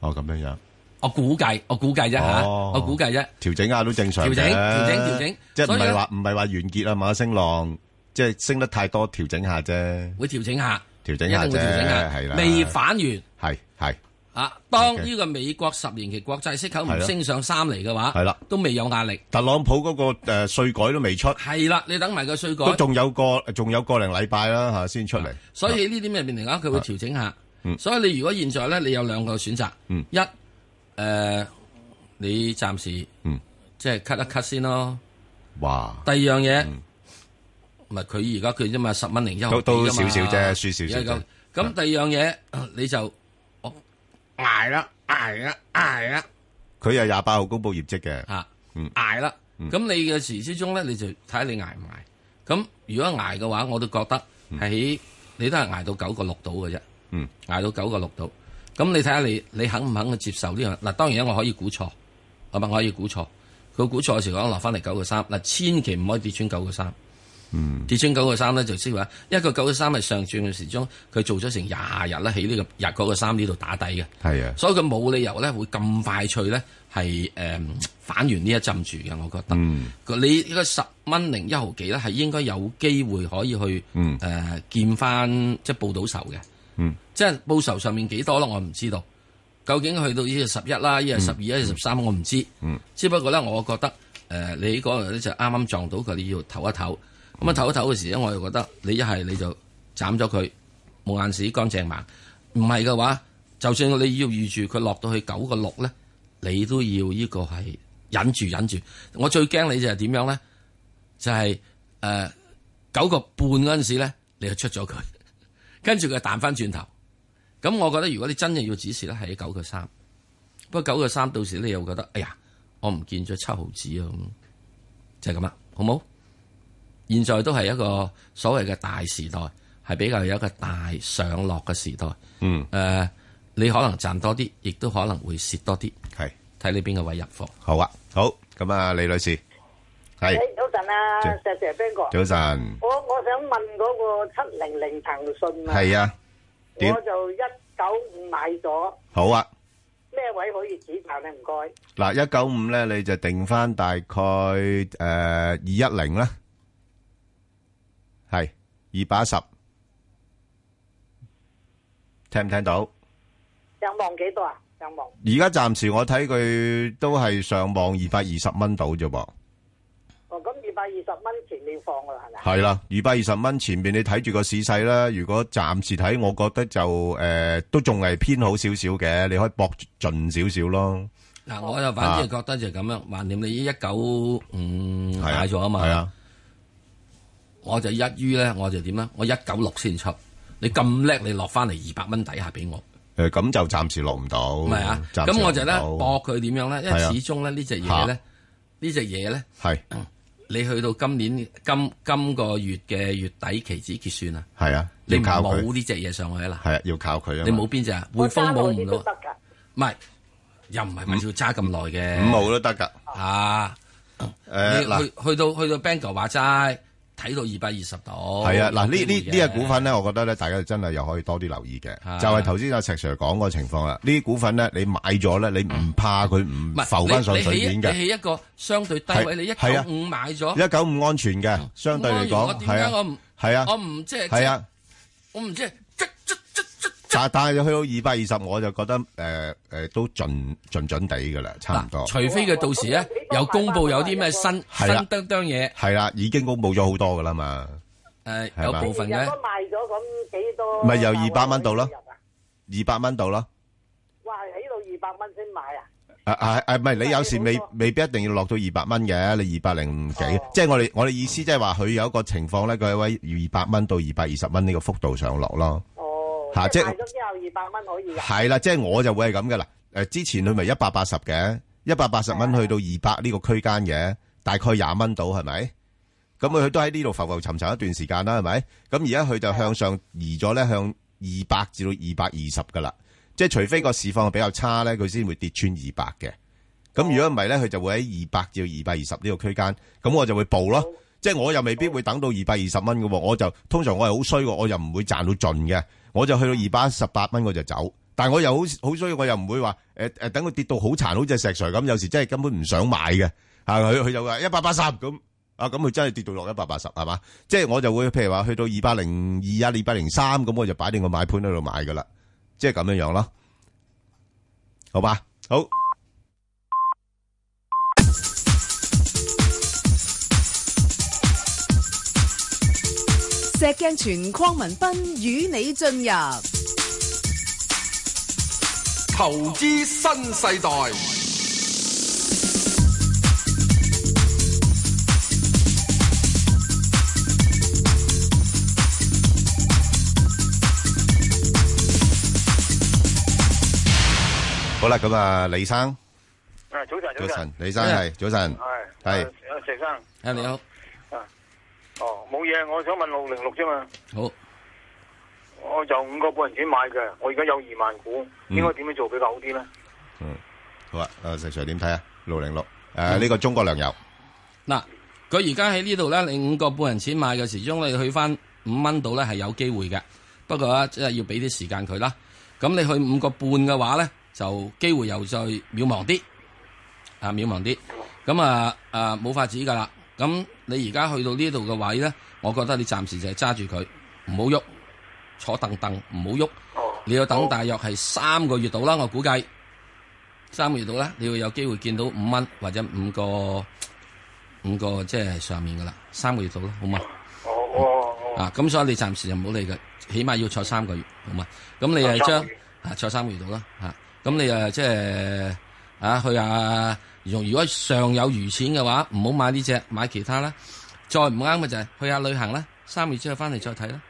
[SPEAKER 2] 哦咁樣樣
[SPEAKER 3] 我估計，我估計啫嚇，
[SPEAKER 2] 哦
[SPEAKER 3] 我估計啫。
[SPEAKER 2] 調整下都正常嘅
[SPEAKER 3] 調整調整調整
[SPEAKER 2] 即係唔
[SPEAKER 3] 所以
[SPEAKER 2] 係
[SPEAKER 3] 呢
[SPEAKER 2] 話唔係話完結啊馬升浪，即係升得太多調整下啫，
[SPEAKER 3] 會調整下，
[SPEAKER 2] 調整下啫
[SPEAKER 3] 一定會調整下
[SPEAKER 2] 係啦
[SPEAKER 3] 未反完，
[SPEAKER 2] 係係
[SPEAKER 3] 啊，當
[SPEAKER 2] OK
[SPEAKER 3] 呢個美國十年期國債息口
[SPEAKER 2] 係
[SPEAKER 3] 唔
[SPEAKER 2] 啦
[SPEAKER 3] 升上三厘嘅話，
[SPEAKER 2] 係啦
[SPEAKER 3] 都未有壓力。
[SPEAKER 2] 特朗普嗰個誒税改都未出，
[SPEAKER 3] 係啦，你等埋個税改
[SPEAKER 2] 都，
[SPEAKER 3] 啊
[SPEAKER 2] 仲有個仲有個零禮拜啦嚇先出
[SPEAKER 3] À,
[SPEAKER 2] 嚟。
[SPEAKER 3] 所以呢啲入面嚟講，佢
[SPEAKER 2] 啊
[SPEAKER 3] 會調整下。所以你如果現在咧，你有兩個選擇，
[SPEAKER 2] 嗯
[SPEAKER 3] 一誒你暫時
[SPEAKER 2] 嗯
[SPEAKER 3] 即係 cut 一 cut 先咯。
[SPEAKER 2] 哇，
[SPEAKER 3] 第二樣嘢，咪佢而家佢啫嘛，十蚊零一毫
[SPEAKER 2] 嗯都都
[SPEAKER 3] 幾啫嘛
[SPEAKER 2] 少少啫輸少少啫啊
[SPEAKER 3] 而家咁咁第二樣嘢，你就我捱啦，捱啦，捱啦。
[SPEAKER 2] 佢又廿八號公佈業績嘅，
[SPEAKER 3] 啊
[SPEAKER 2] 嗯，
[SPEAKER 3] 捱啦。咁你嘅時之中咧，你就睇你捱唔捱。咁如果捱嘅話，我都覺得喺你都係捱到九個六度嘅啫。
[SPEAKER 2] 嗯，
[SPEAKER 3] 捱到九個六度。咁你睇下你你肯唔肯去接受呢樣？嗱，當然啦我可以估錯，係咪？我可以估錯。佢估錯嘅時候，落翻嚟九個三。嗱，千祈唔可以跌穿九個三。嗯，跌穿九個三咧，就即係話一個九個三係上轉嘅時鐘，佢做咗成廿日咧喺呢個日嗰個三呢度打底嘅。
[SPEAKER 2] 係啊，
[SPEAKER 3] 所以佢冇理由咧會咁快脆咧係誒反完呢一陣住嘅，我覺得。
[SPEAKER 2] 嗯
[SPEAKER 3] 佢你呢個十蚊零一毫幾咧係應該有機會可以去誒、
[SPEAKER 2] 嗯
[SPEAKER 3] 呃、見翻即係報到仇嘅。
[SPEAKER 2] 嗯，
[SPEAKER 3] 即係報仇上面幾多咯，我唔知道。究竟去到呢個十一啦，呢個十二，啊呢個十三，我唔知。
[SPEAKER 2] 嗯，
[SPEAKER 3] 只不過咧，我覺得誒、呃你嗰日咧就啱啱撞到
[SPEAKER 2] 嗯
[SPEAKER 3] 佢，你要唞一唞。咁啊唞一唞嘅時咧，我又覺得你一係你就斬咗佢，冇眼屎乾淨盲。唔係嘅話，就算你要預住佢落到去九個六咧，你都要呢個係忍住忍住。我最驚你就係點樣咧？就係誒九個半嗰陣時咧，你就出咗佢， (laughs) 跟住佢彈翻轉頭。咁我覺得如果你真係要指示咧，係九個三。不過九個三到時你又覺得，哎呀，我唔見咗七毫子啊咁，就係咁啦，好冇？現在都係一個所謂嘅大時代，係比較有一個大上落嘅時代。誒、
[SPEAKER 2] 嗯
[SPEAKER 3] 呃你可能賺多啲，亦都可能會蝕多啲，
[SPEAKER 2] 係
[SPEAKER 3] 睇你邊個位入貨。
[SPEAKER 2] 好啊，好咁啊，李女士係
[SPEAKER 9] Dạ.
[SPEAKER 8] 誒早晨啊，
[SPEAKER 2] 早
[SPEAKER 8] 石 Sir Ben 哥，
[SPEAKER 2] 早晨，
[SPEAKER 8] 我我想問嗰個七零零騰訊
[SPEAKER 9] Dạ.
[SPEAKER 8] 啊，
[SPEAKER 2] 係啊，點
[SPEAKER 8] 我就一九五買咗，
[SPEAKER 2] 好啊。
[SPEAKER 8] 咩位可以指教咧？唔該，
[SPEAKER 2] 嗱，195呢，你就定返大概，呃，210啦。係，210
[SPEAKER 8] 上望幾多啊？上望
[SPEAKER 2] 聽唔聽到？而家暫時我睇佢都係上望220
[SPEAKER 8] 哦，咁二百二十蚊前你要放噶啦，係咪？
[SPEAKER 2] 蚊到啫噃。係啦，220蚊前面你睇住個市勢啦，如果暫時睇，我覺得就，呃，都仲係偏好少少嘅，你可以搏盡少少咯。
[SPEAKER 3] 嗱，我就反正覺得就係咁樣，橫掂你一九五
[SPEAKER 2] 係啊，
[SPEAKER 3] 買咗啊嘛，我就一於咧，我就點咧？我一九六先出，你咁叻，你落翻嚟二百蚊底下俾我，
[SPEAKER 2] 係啊，誒，咁就暫時落唔到，
[SPEAKER 3] 唔係啊？
[SPEAKER 2] 哦暫時
[SPEAKER 3] 咁我就咧
[SPEAKER 2] 落唔到。
[SPEAKER 3] 搏佢點樣咧？因為
[SPEAKER 2] 係啊
[SPEAKER 3] 始終咧呢只嘢咧，呢只嘢咧，你去到今年今今個月嘅月底期指結算啊，
[SPEAKER 2] 係，係啊，
[SPEAKER 3] 你
[SPEAKER 2] 要
[SPEAKER 3] 唔
[SPEAKER 2] 靠佢。
[SPEAKER 3] 冇呢只嘢上去啦，
[SPEAKER 2] 係啊，要靠佢啊嘛。
[SPEAKER 3] 你冇邊只啊？匯
[SPEAKER 8] 我
[SPEAKER 3] 豐
[SPEAKER 8] 揸
[SPEAKER 3] 冇
[SPEAKER 8] 落
[SPEAKER 3] 唔
[SPEAKER 8] 啲都
[SPEAKER 3] 到
[SPEAKER 8] 得
[SPEAKER 3] 啊，
[SPEAKER 8] 㗎，
[SPEAKER 3] 唔係又唔係咪要揸咁耐嘅？
[SPEAKER 2] 五號都得㗎。
[SPEAKER 3] 啊！
[SPEAKER 2] 誒，
[SPEAKER 3] 你
[SPEAKER 2] 嗱，
[SPEAKER 3] 去去到去到 b a n g o 話齋，睇到二百二十度。
[SPEAKER 2] 係啊，嗱，呢-呢-
[SPEAKER 3] 有機會嘅
[SPEAKER 2] 呢隻股份呢，我覺得呢，大家真係又可以多啲留意嘅。
[SPEAKER 3] 啊。
[SPEAKER 2] 就係頭先阿石Sir講個情況啦，呢啲股份呢，你買咗呢，你唔怕佢唔
[SPEAKER 3] 唔係你你起
[SPEAKER 2] 浮返上水面嘅。
[SPEAKER 3] 你起一個相對低位，你一
[SPEAKER 2] 係啊
[SPEAKER 3] 九五買咗，
[SPEAKER 2] 195安全嘅，相對嚟講，
[SPEAKER 3] 我點
[SPEAKER 2] 係啊，
[SPEAKER 3] 解我唔
[SPEAKER 2] 係啊，
[SPEAKER 3] 我唔即係
[SPEAKER 2] 係啊，，
[SPEAKER 3] 我唔即係即即即即
[SPEAKER 2] 但-但係去到220我就覺得，誒，誒，都盡-盡準地㗎啦，差唔多。
[SPEAKER 3] 嗱，除非佢到時咧有公佈有啲咩新新
[SPEAKER 2] 係啊
[SPEAKER 3] 登登嘢，
[SPEAKER 2] 係啦，已經公佈咗好多㗎啦嘛，
[SPEAKER 3] 誒
[SPEAKER 2] 係
[SPEAKER 3] 有
[SPEAKER 2] 嘛
[SPEAKER 3] 部分
[SPEAKER 8] 如
[SPEAKER 3] 咧
[SPEAKER 8] 果賣咗咁幾多？
[SPEAKER 2] 咪由200蚊到咯
[SPEAKER 8] 入啊
[SPEAKER 2] 200蚊到咯。
[SPEAKER 8] 哇，喺到二百蚊先買啊！
[SPEAKER 2] 啊啊啊！唔係你有時未
[SPEAKER 8] 好多
[SPEAKER 2] 未必一定要落到二百蚊嘅，你二百零幾，即係我哋我哋意思即係話佢有一個情況咧，佢喺二百蚊到二百二十蚊呢個幅度上落咯。
[SPEAKER 8] 哦，
[SPEAKER 2] 嚇
[SPEAKER 8] 即係
[SPEAKER 2] 即係
[SPEAKER 8] 賣咗之後二百蚊可以入。
[SPEAKER 2] 係啦，即係我就會係咁嘅啦。誒，之前佢咪一百八十嘅，一百八十蚊去到二百呢個區間嘅，大概廿蚊到係咪？咁佢都喺呢度浮浮沉沉一段時間啦，係咪？咁而家佢就向上移咗咧，向二百至到二百二十噶啦。即係除非個市況比較差咧，佢先會跌穿二百嘅。咁如果唔係咧，佢就會喺二百至到二百二十呢個區間。咁我就會報咯。即係我又未必會等到二百二十蚊嘅喎，我就通常我係好衰嘅，我又唔會賺到盡嘅，我就去到二百一十八蚊我就走。但係我又好好衰，我又唔會話誒誒等佢跌到好殘，好似石 Sir 咁，有時真係根本唔想買嘅。啊，佢佢就話一百八十咁。啊，咁佢真係跌到落一百八十，係嘛？即係我就會譬如話去到二百零二啊，二百零三咁，我就擺定個買盤喺度買噶啦，即係咁樣樣咯。好吧？好。
[SPEAKER 5] 石鏡泉邝文斌與你進入
[SPEAKER 1] 投資新世代，
[SPEAKER 2] 好啦，咁啊，李生，
[SPEAKER 6] 啊，早晨，
[SPEAKER 2] 早晨，李
[SPEAKER 3] 早
[SPEAKER 2] 生
[SPEAKER 3] 晨
[SPEAKER 2] 系早晨，
[SPEAKER 6] 系
[SPEAKER 2] 係
[SPEAKER 6] 啊石生，
[SPEAKER 3] 啊，你好，
[SPEAKER 6] 哦，冇嘢，我想問六零六啫嘛，
[SPEAKER 3] 好。
[SPEAKER 6] 我就五個半人錢買嘅，我而家有二萬股，
[SPEAKER 2] 嗯
[SPEAKER 6] 應該點樣做比較好啲咧？
[SPEAKER 2] 嗯，好啊，诶，石 Sir 点睇啊？六零六，诶，呢个中国粮油，
[SPEAKER 3] 嗱，佢而家喺呢度咧，你五個半人錢買嘅時鐘，你去翻五蚊度咧係有機會嘅。不過咧，即係要俾啲時間佢啦。咁你去五個半嘅話咧，就機會又再渺茫啲，啊渺茫啲。咁啊啊冇法子噶啦。咁你而家去到呢度嘅位咧，我覺得你暫時就係揸住佢，唔好喐，坐凳凳唔好喐。
[SPEAKER 6] 哦，
[SPEAKER 3] 你要等大約係三個月到啦，我估計三個月到啦，你要有機會見到五蚊或者五個五個即係上面噶啦，三個月到啦，好嘛？
[SPEAKER 6] 哦，哦，哦，
[SPEAKER 3] 啊，咁所以你暫時就唔好理佢，起碼要坐三個月，好嘛？咁你誒將
[SPEAKER 6] 哦三個月
[SPEAKER 3] 啊坐三個月到啦，嚇、咁你誒即係啊去下，用如果尚有餘錢嘅話，唔好買呢只，買其他啦。再唔啱嘅就係去下旅行啦，三個月之後翻嚟再睇啦。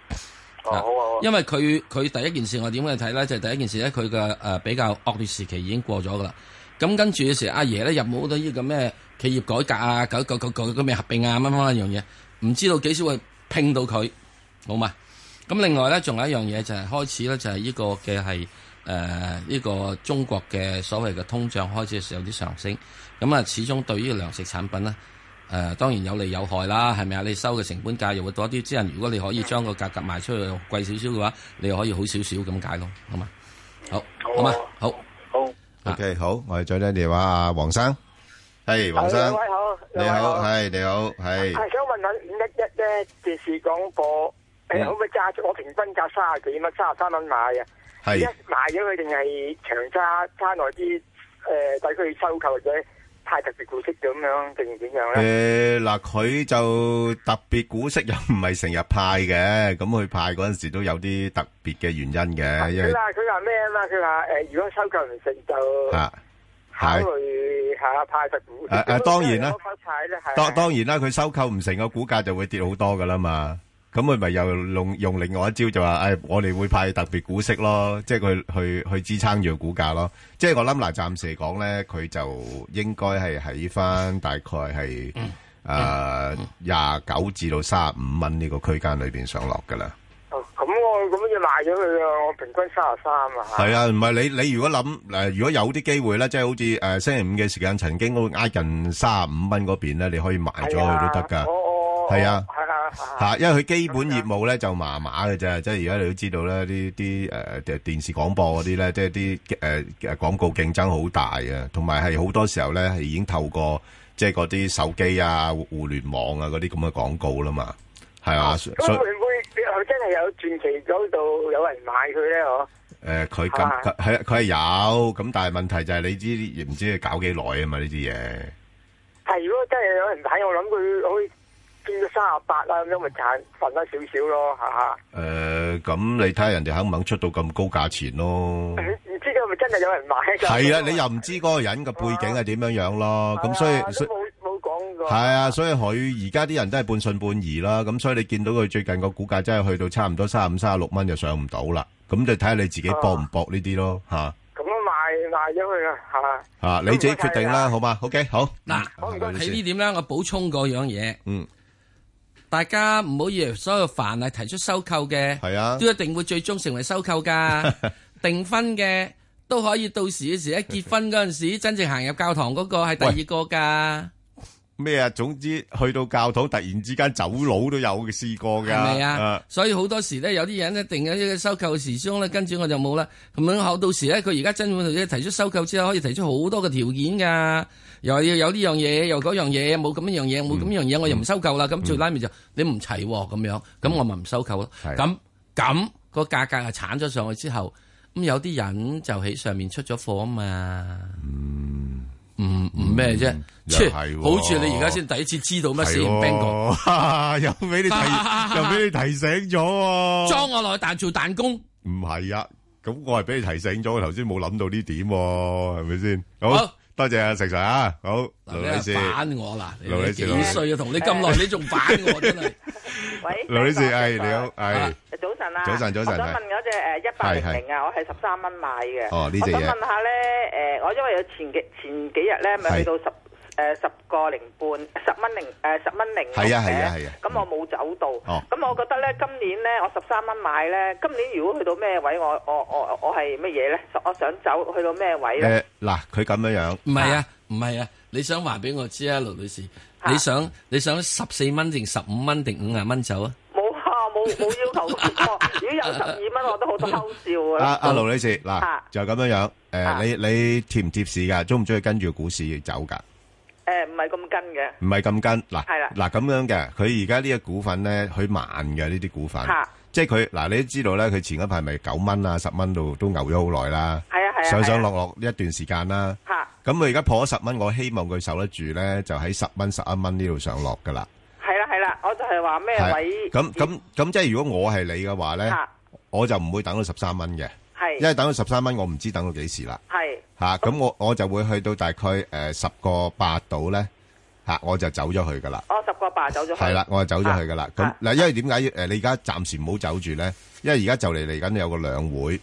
[SPEAKER 6] 哦，好啊，好啊
[SPEAKER 3] 因為佢佢第一件事我點去睇咧，就係第一件事咧，佢嘅誒比較惡劣時期已經過咗噶啦。咁跟住嘅時候，阿爺咧入冇好多呢個咩企業改革啊，九九九九咁咩合併啊，乜乜一樣嘢，唔知道幾時會拼到佢，好嘛？咁另外咧，仲有一樣嘢就係開始咧，就係呢個嘅係誒呢個中國嘅所謂嘅通脹開始有啲上升。咁啊，始終對於糧食產品咧。誒、當然有利有害啦，係咪啊？你收嘅成本價又會多啲，之人如果你可以將個價格賣出去貴少少嘅話，你又可以好少少咁解咯，好嘛？好，
[SPEAKER 6] 好啊
[SPEAKER 3] 好嘛，好。
[SPEAKER 6] 好。
[SPEAKER 3] 啊
[SPEAKER 2] OK，好，我哋再听电话啊，黄生，系黄生，
[SPEAKER 10] 好，
[SPEAKER 2] 你好，系你好，系
[SPEAKER 10] 系想问下五一一咧电视广播，诶
[SPEAKER 3] 嗯
[SPEAKER 10] 可唔可以揸住？我平均价三十幾蚊，三十三蚊買嘅，一
[SPEAKER 2] 系
[SPEAKER 10] 買咗佢定係長揸揸耐啲？诶，抵佢收購或者派特別股息咁樣定點樣咧？
[SPEAKER 2] 诶嗱，佢就特別股息又唔係成日派嘅，咁佢派嗰阵时都有啲特別嘅原因嘅，因為
[SPEAKER 10] 佢話佢話咩啊嘛？佢話诶，誒如果收購唔成就
[SPEAKER 2] 吓。
[SPEAKER 10] 考慮下派特別股息。
[SPEAKER 2] 誒誒啊當然啦
[SPEAKER 10] 咁我派咧係
[SPEAKER 2] 當-當然啦，佢收購唔成個股價就會跌好多㗎啦嘛。咁佢咪又用-用另外一招就話，唉，我哋會派特別股息咯，即係佢-去-去支撐住個股價咯。即係我諗嗱，暫時嚟講呢，佢就應該係喺返大概係，呃，29至到35蚊呢個區間裏邊上落㗎啦。
[SPEAKER 10] 哦咁我咁要賣咗佢啊！我平均三十三啊。
[SPEAKER 2] 係啊，唔係你你如果諗诶、呃如果有啲機會咧，即係好似诶、呃星期五嘅時間，曾經會挨近三十五蚊嗰邊咧，你可以賣咗佢都得㗎。
[SPEAKER 10] 啊我我
[SPEAKER 2] 係啊
[SPEAKER 10] 係啊係啊
[SPEAKER 2] 吓，因為佢基本業務咧就麻麻嘅啫，即係而家你都知道咧，啲啲诶電視廣播嗰啲咧，即係啲诶诶广告競爭好大啊，同埋係好多時候咧係已經透過即係嗰啲手機啊、互互聯網啊嗰啲咁嘅廣告啦嘛，係啊，所
[SPEAKER 10] 咁會唔會佢真係有傳奇嗰度有人買佢哦咧？嗬？
[SPEAKER 2] 诶佢
[SPEAKER 10] 係
[SPEAKER 2] 咁佢係佢係有，咁但係問題就係你知唔知佢搞幾耐啊嘛呢啲嘢。
[SPEAKER 10] 係如果真係有人買，我諗佢可以見到三十八啦，咁樣咪賺賺翻少少咯，嚇嚇。
[SPEAKER 2] 誒，咁你睇下人哋肯唔肯出到咁高價錢咯。
[SPEAKER 10] 唔
[SPEAKER 2] 嗯
[SPEAKER 10] 唔知佢係咪真係有人買？
[SPEAKER 2] 係啊，你又唔知嗰個人嘅背景係點樣樣咯，咁所以-
[SPEAKER 10] 係啊
[SPEAKER 2] 所以-
[SPEAKER 10] 都冇冇講過。
[SPEAKER 2] 係啊，所以佢而家啲人都係半信半疑啦，咁所以你見到佢最近個股價真係去到差唔多35 36蚊就上唔到啦，咁就睇下你自己搏唔搏呢啲咯，嚇，嚇，
[SPEAKER 10] 咁賣賣咗佢啦，嚇。
[SPEAKER 2] 你自己決定啦，好嗎？OK，好，嗯啊
[SPEAKER 3] 嗱，
[SPEAKER 2] 下個女士。
[SPEAKER 3] 喺呢點咧，我補充嗰樣嘢，
[SPEAKER 2] 嗯，
[SPEAKER 3] 大家唔好以為所有凡係提出收購嘅，
[SPEAKER 2] 係啊
[SPEAKER 3] 都一定會最終成為收
[SPEAKER 2] (laughs)
[SPEAKER 3] 購噶。訂婚嘅都可以到時嘅時一結婚嗰陣時，真正行入教堂嗰個係第二個噶，
[SPEAKER 2] 咩啊，總之去到教堂突然之間走佬都有試過㗎，
[SPEAKER 3] 係咪啊？所以好多時咧，有啲人咧定咗呢個收購時鐘咧，跟住我就冇啦。咁樣後到時咧，佢而家真本提出收購之後，可以提出好多嘅條件噶，又話要有呢樣嘢，又嗰樣嘢，冇咁樣嘢，冇咁樣嘢，我又唔收購啦。咁最拉面就你唔齊喎咁樣，咁我咪唔收購咯。
[SPEAKER 2] 係
[SPEAKER 3] 啊咁咁個價格係鏟咗上去之後，咁有啲人就喺上面出咗貨啊嘛。嗯，唔唔咩啫，
[SPEAKER 2] 又
[SPEAKER 3] 切
[SPEAKER 2] 係喎
[SPEAKER 3] 好似你而家先第一次知道乜事，Ben 哥
[SPEAKER 2] 哥， (laughs) 又俾你提，又俾你提醒
[SPEAKER 3] (laughs)
[SPEAKER 2] 咗。
[SPEAKER 3] 裝我落去蛋做彈弓。
[SPEAKER 2] 唔係啊，咁我係俾你提醒咗，頭先冇諗到呢點喎，係咪先？好
[SPEAKER 3] 好，
[SPEAKER 2] 多謝啊，石 Sir 啊，好，
[SPEAKER 3] 嗱
[SPEAKER 2] 盧女
[SPEAKER 3] 你啊
[SPEAKER 2] 士
[SPEAKER 3] 又，反我啦，你
[SPEAKER 2] 盧女
[SPEAKER 3] 你
[SPEAKER 2] 士
[SPEAKER 3] 幾
[SPEAKER 2] 盧
[SPEAKER 3] 歲啊？同你咁耐，你仲反我真係。
[SPEAKER 9] 喂，
[SPEAKER 2] 盧女士，
[SPEAKER 9] Ben
[SPEAKER 2] 係
[SPEAKER 9] 哥
[SPEAKER 2] 哎你好，係
[SPEAKER 9] 早晨啊，
[SPEAKER 2] 早晨早晨
[SPEAKER 9] 我想
[SPEAKER 2] 係
[SPEAKER 9] 問嗰只誒一八零零啊，我係十三蚊買嘅。
[SPEAKER 2] 哦呢隻嘢
[SPEAKER 9] 我想問下咧，誒，我因為有前幾前幾日咧，咪去到十誒十個零半，十蚊零誒十蚊零六嘅
[SPEAKER 2] 係啊係啊係啊
[SPEAKER 9] 咁我冇走到。
[SPEAKER 2] 哦
[SPEAKER 9] 咁我覺得咧，今年咧，我十三蚊買咧，今年如果去到咩位，我我我我係乜嘢咧？我想走去到咩位咧
[SPEAKER 2] 誒？嗱，佢咁樣樣，
[SPEAKER 3] 唔係啊，唔係啊，你想話俾我知啊，盧女士，你想你想十四蚊定十五蚊定五廿蚊走啊？
[SPEAKER 9] 冇啊，冇冇要求 (laughs) 咁多。如果有十二蚊，我都好多偷
[SPEAKER 2] 阿
[SPEAKER 9] 笑啊。
[SPEAKER 2] 阿盧女士，嗱
[SPEAKER 9] 啊
[SPEAKER 2] 就咁樣樣，誒你你貼唔貼市㗎？中唔中意跟住股市走㗎？
[SPEAKER 9] 誒，唔係咁跟嘅。
[SPEAKER 2] 唔係咁跟嗱，
[SPEAKER 9] 係啦
[SPEAKER 2] 嗱咁樣嘅，佢而家呢個股份咧，佢慢嘅呢啲股份
[SPEAKER 9] 嚇，
[SPEAKER 2] 即係佢嗱，你都知道咧，佢前一排咪九蚊啊、十蚊度都牛咗好耐啦，
[SPEAKER 9] 係啊係啊
[SPEAKER 2] 上上
[SPEAKER 9] 係啊
[SPEAKER 2] 落落一段時間啦，
[SPEAKER 9] 嚇
[SPEAKER 2] 咁佢而家破咗十蚊，我希望佢守得住咧，就喺十蚊、十一蚊呢度上落噶啦，
[SPEAKER 9] 係啦係啦，我就係話咩
[SPEAKER 2] 係啊
[SPEAKER 9] 位？
[SPEAKER 2] 咁咁咁，即係如果我係你嘅話咧
[SPEAKER 9] 嚇，
[SPEAKER 2] 我就唔會等到十三蚊嘅，
[SPEAKER 9] 係
[SPEAKER 2] 因為等到十三蚊，我唔知等到幾時啦。
[SPEAKER 9] 係
[SPEAKER 2] 吓，咁我我就會去到大概诶十個八度咧，吓我就走咗去噶啦。
[SPEAKER 9] 哦我十個八走咗去。
[SPEAKER 2] 係啦，我就走咗去噶啦。咁嗱，因為點解呃诶你而家暫時唔好走住咧？因為而家就嚟嚟緊有個兩會，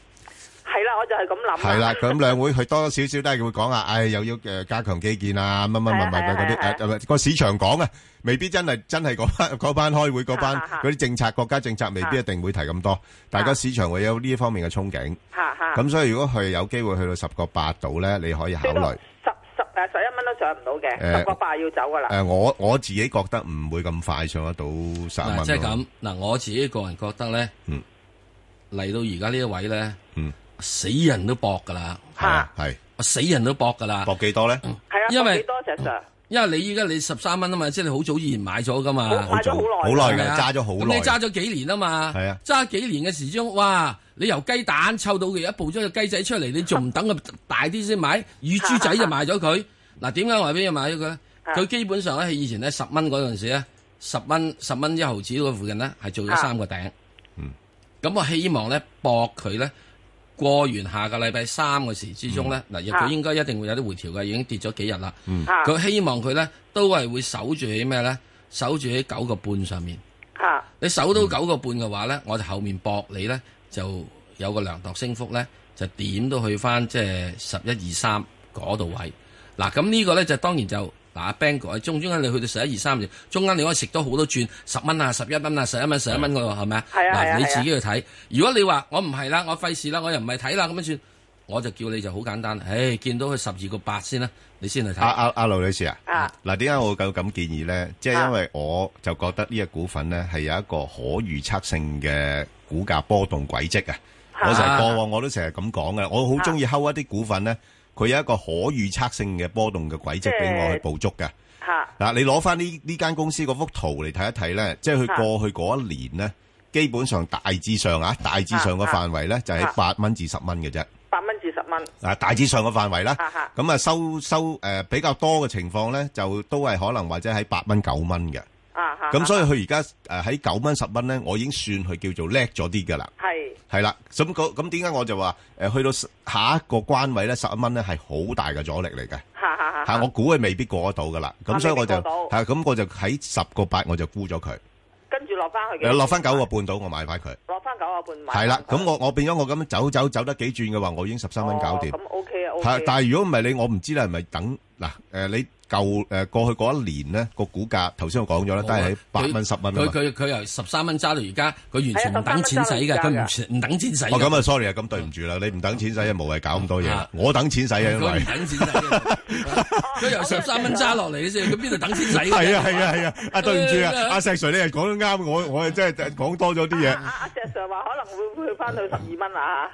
[SPEAKER 9] 係啦，我就係咁諗。
[SPEAKER 2] 係啦，咁兩會佢多多少少都係會講啊，唉，又要诶加強基建啊，乜乜乜乜乜嗰啲诶，呃個市場講啊，未必真係真係嗰 (laughs) 班嗰班開會嗰班
[SPEAKER 9] 嚇嚇
[SPEAKER 2] 嗰啲政策國家政策未必一定會提咁多，但係個市場會有呢一方面嘅憧憬。
[SPEAKER 9] 嚇嚇。
[SPEAKER 2] 咁所以如果佢有機會去到十個八度咧，你可以考慮。
[SPEAKER 9] 十誒十一蚊都上唔到嘅，
[SPEAKER 2] 誒
[SPEAKER 9] 十個八要走噶啦。
[SPEAKER 2] 诶、我我自己覺得唔會咁快上得到十蚊
[SPEAKER 3] 嗱，
[SPEAKER 2] 咯。
[SPEAKER 3] 即係咁嗱，我自己個人覺得咧，
[SPEAKER 2] 嗯
[SPEAKER 3] 嚟到而家呢一位咧，
[SPEAKER 2] 嗯
[SPEAKER 3] 死人都搏噶啦，
[SPEAKER 9] 嚇
[SPEAKER 2] 係
[SPEAKER 3] 死人都搏噶啦，
[SPEAKER 2] 搏幾多咧？
[SPEAKER 9] 係啊，
[SPEAKER 3] 因為
[SPEAKER 9] 幾多隻 Sir？
[SPEAKER 3] 因為你依家你十三蚊啊嘛，即係你好早以前買咗噶嘛，
[SPEAKER 9] 好買咗好
[SPEAKER 2] 耐好耐㗎
[SPEAKER 3] 係咪啊
[SPEAKER 2] 揸咗好耐
[SPEAKER 3] 咁你揸咗幾年啊嘛，
[SPEAKER 2] 係啊
[SPEAKER 3] 揸幾年嘅時鐘，哇！你由雞蛋湊到佢一步咗隻雞仔出嚟，你仲唔等佢 (laughs) 大啲先買？乳豬仔就賣咗
[SPEAKER 2] 啊
[SPEAKER 3] 佢。嗱，點解我話俾你買咗佢咧？佢基本上咧喺以前咧十蚊嗰陣時咧，十蚊十蚊一毫子嗰附近咧係做咗三個頂。
[SPEAKER 2] 啊嗯，
[SPEAKER 3] 咁我希望咧搏佢咧。過完下個禮拜三嘅時之中咧，嗱、日佢應該一定會有啲回調嘅，已經跌咗幾日啦。
[SPEAKER 2] 啊嗯
[SPEAKER 3] 佢希望佢咧都係會守住喺咩咧？守住喺九個半上面。
[SPEAKER 9] 嚇
[SPEAKER 3] 你守
[SPEAKER 9] 嗯
[SPEAKER 3] 到九個半嘅話咧，我就後面搏你咧就有個量度升幅咧，就點都去翻即係十一二三嗰度位。嗱，咁呢個咧就當然就嗱阿 Bang 哥，中中間你去到十一二三嘅，中間你可以食多好多轉，十蚊啊、十一蚊啊、十一蚊、十一蚊嗰度係咪啊？
[SPEAKER 9] 係啊係啊
[SPEAKER 3] 嗱，你自己去睇。如果你話我唔係啦，我費事啦，我又唔係睇啦，咁樣算，我就叫你就好簡單，唉，見到佢十二個八先啦，你先去睇。
[SPEAKER 2] 阿阿阿卢女士啊，
[SPEAKER 9] 啊
[SPEAKER 2] 嗱，點解我咁咁建議咧？即係因為我就覺得呢只股份咧係有一個可預測性嘅股價波動軌跡啊。
[SPEAKER 1] 啊
[SPEAKER 2] 我成日過往我都成日咁講嘅，我好
[SPEAKER 9] 啊
[SPEAKER 2] 中意睺一啲股份咧，佢有一個可預測性嘅波動嘅軌跡俾我去捕捉嘅。
[SPEAKER 9] 嚇
[SPEAKER 2] 嗱，你攞翻呢呢間公司嗰幅圖嚟睇一睇咧，即係佢
[SPEAKER 9] 啊
[SPEAKER 2] 過去嗰一年咧，基本上大致上啊，大致上個
[SPEAKER 9] 啊啊
[SPEAKER 2] 範圍咧就喺
[SPEAKER 9] 啊
[SPEAKER 2] 八蚊至十蚊嘅啫。
[SPEAKER 9] 八蚊至十蚊。
[SPEAKER 2] 啊，大致上個範圍啦
[SPEAKER 9] 啊哈。
[SPEAKER 2] 咁啊，收收誒、呃比較多嘅情況咧，就都係可能或者喺八蚊九蚊嘅。
[SPEAKER 9] 啊嚇。
[SPEAKER 2] 咁所以佢而家誒喺九蚊十蚊咧，我已經算佢叫做叻咗啲㗎啦。
[SPEAKER 9] 係
[SPEAKER 2] 係啦，咁嗰咁點解我就話誒、呃去到下一個關位咧，十一蚊咧係好大嘅阻力嚟嘅。
[SPEAKER 9] 嚇嚇
[SPEAKER 2] 嚇，
[SPEAKER 9] 嚇。
[SPEAKER 2] 我估佢未必過得到㗎啦。咁
[SPEAKER 9] 啊
[SPEAKER 2] 所以我就
[SPEAKER 9] 未必過
[SPEAKER 2] 嚇，咁我就喺十個八我就沽咗佢，
[SPEAKER 9] 跟住落翻去嘅。
[SPEAKER 2] 落翻九個半到我買翻佢。
[SPEAKER 9] 落翻九啊半買。
[SPEAKER 2] 係啦，咁我我變咗我咁樣走走走得幾轉嘅話，我已經十三
[SPEAKER 9] 哦
[SPEAKER 2] 蚊搞掂。
[SPEAKER 9] 咁 OK
[SPEAKER 2] 係
[SPEAKER 9] 啊 OK。
[SPEAKER 2] 但係如果唔係你，我唔知你係咪等嗱誒你舊誒過去嗰一年咧個股價，頭先我講咗啦，都係喺八蚊十蚊啊
[SPEAKER 3] 佢
[SPEAKER 2] 嘛。
[SPEAKER 3] 佢佢由十三蚊揸到而家，佢完全唔等錢使
[SPEAKER 9] 係
[SPEAKER 3] 嘅，
[SPEAKER 9] 啊13蚊揸到而家㗎
[SPEAKER 3] 佢唔唔等錢使㗎。
[SPEAKER 2] 哦，咁啊，sorry 啊，咁對唔住啦，你唔等錢使啊，無謂搞咁多嘢啦。我等錢使啊，因
[SPEAKER 3] 佢
[SPEAKER 2] 為
[SPEAKER 3] 唔等錢使嘅，佢由十三蚊揸落嚟先，佢邊度等錢
[SPEAKER 2] (laughs)
[SPEAKER 3] 使？
[SPEAKER 2] 係啊係啊係啊，啊對唔住
[SPEAKER 9] (laughs)
[SPEAKER 2] 啊，阿石 Sir 你係講得啱，我我係真係講多咗啲嘢。
[SPEAKER 9] 啊阿阿石 Sir 話可能會會翻到十二蚊啊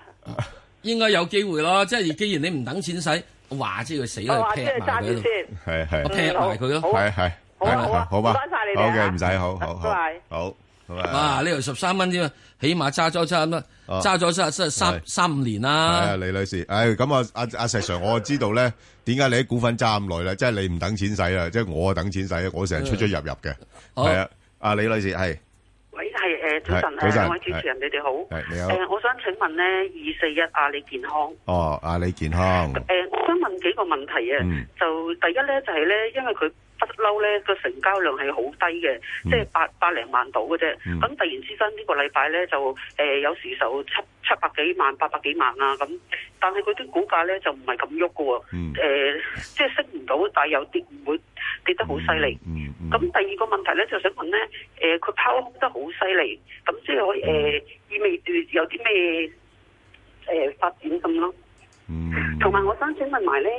[SPEAKER 3] 應該有機會咯。即係既然你唔等錢使，我話知佢死
[SPEAKER 9] 嚇。我
[SPEAKER 3] 啦，
[SPEAKER 9] 話
[SPEAKER 3] 劈
[SPEAKER 9] 哦即係
[SPEAKER 3] 埋
[SPEAKER 9] 揸
[SPEAKER 3] 佢
[SPEAKER 9] 住
[SPEAKER 3] 咯。
[SPEAKER 9] 先。
[SPEAKER 2] 係係，
[SPEAKER 3] 我劈埋佢咯
[SPEAKER 9] 好啊
[SPEAKER 2] 係係
[SPEAKER 9] 好啊好啊
[SPEAKER 2] 好吧，
[SPEAKER 9] 唔該晒你哋啊
[SPEAKER 2] 好嘅，唔使，好好好，
[SPEAKER 9] 拜拜
[SPEAKER 2] 好好
[SPEAKER 3] 哇！呢度十三蚊啫嘛，起碼揸咗揸乜，
[SPEAKER 2] 啊哦
[SPEAKER 3] 揸咗揸三三三五年啦。
[SPEAKER 2] 係啊，李女士，唉，咁啊，阿-阿石Sir，我知道呢，點解你啲股份揸咁耐啦，即係你唔等錢使啦，即係我等錢使，我成日出出入入嘅。
[SPEAKER 4] 好。
[SPEAKER 2] 係啊，啊，李女士，係。
[SPEAKER 4] 喂，係誒
[SPEAKER 2] 係
[SPEAKER 4] 早晨
[SPEAKER 2] 早晨
[SPEAKER 4] 啊，兩位主持人，你哋好。
[SPEAKER 2] 係你好
[SPEAKER 4] 誒，我想請問咧，二四一阿里健康。
[SPEAKER 2] 哦，啊，李健康。
[SPEAKER 4] 誒，我想問幾個問題啊。
[SPEAKER 2] 嗯
[SPEAKER 4] 就第一咧，就係咧，因為佢不嬲咧個成交量係好低嘅，即係八百零萬到嘅啫。
[SPEAKER 11] 嗯
[SPEAKER 4] 咁突然之間呢個禮拜咧就誒有時就七七百幾萬、八百幾萬啊咁，但係佢啲股價咧就唔係咁喐嘅喎。
[SPEAKER 2] 嗯
[SPEAKER 4] 誒，即係升唔到，但係又跌唔會跌得好犀利。
[SPEAKER 2] 嗯
[SPEAKER 4] 咁第二個問題咧，就想問咧，誒佢拋空得好犀利，咁即係我誒意味住有啲咩誒發展咁咯？同埋我想請問埋咧，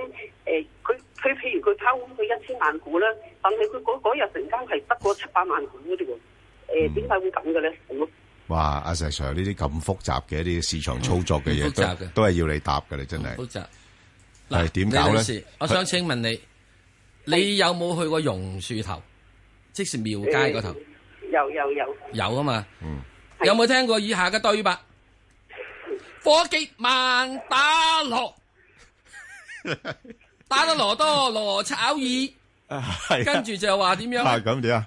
[SPEAKER 4] 誒佢佢譬如佢拋空佢一千萬股啦，但係佢嗰嗰日成交係得嗰七百萬股嘅啫
[SPEAKER 3] 嗯
[SPEAKER 4] 喎，呃誒點解會咁嘅咧？咁咯啊
[SPEAKER 2] 哇，阿石Sir，呢啲咁複雜嘅一啲市場操作嘅嘢，
[SPEAKER 3] 複雜嘅。
[SPEAKER 2] 都-都係要你答嘅，你真係。
[SPEAKER 3] 複雜。
[SPEAKER 2] 係，點搞呢？
[SPEAKER 3] 李女士我想請問你，你有冇去過榕樹頭，即是廟街嗰頭？
[SPEAKER 4] 有有有。
[SPEAKER 3] 有啊嘛。
[SPEAKER 2] 嗯
[SPEAKER 3] 有冇聽過以下嘅對白？火機萬打
[SPEAKER 2] (laughs)
[SPEAKER 3] 羅，打得羅多羅炒
[SPEAKER 2] (laughs)
[SPEAKER 3] 耳，
[SPEAKER 2] 啊，係啊。
[SPEAKER 3] 跟住就話點樣啊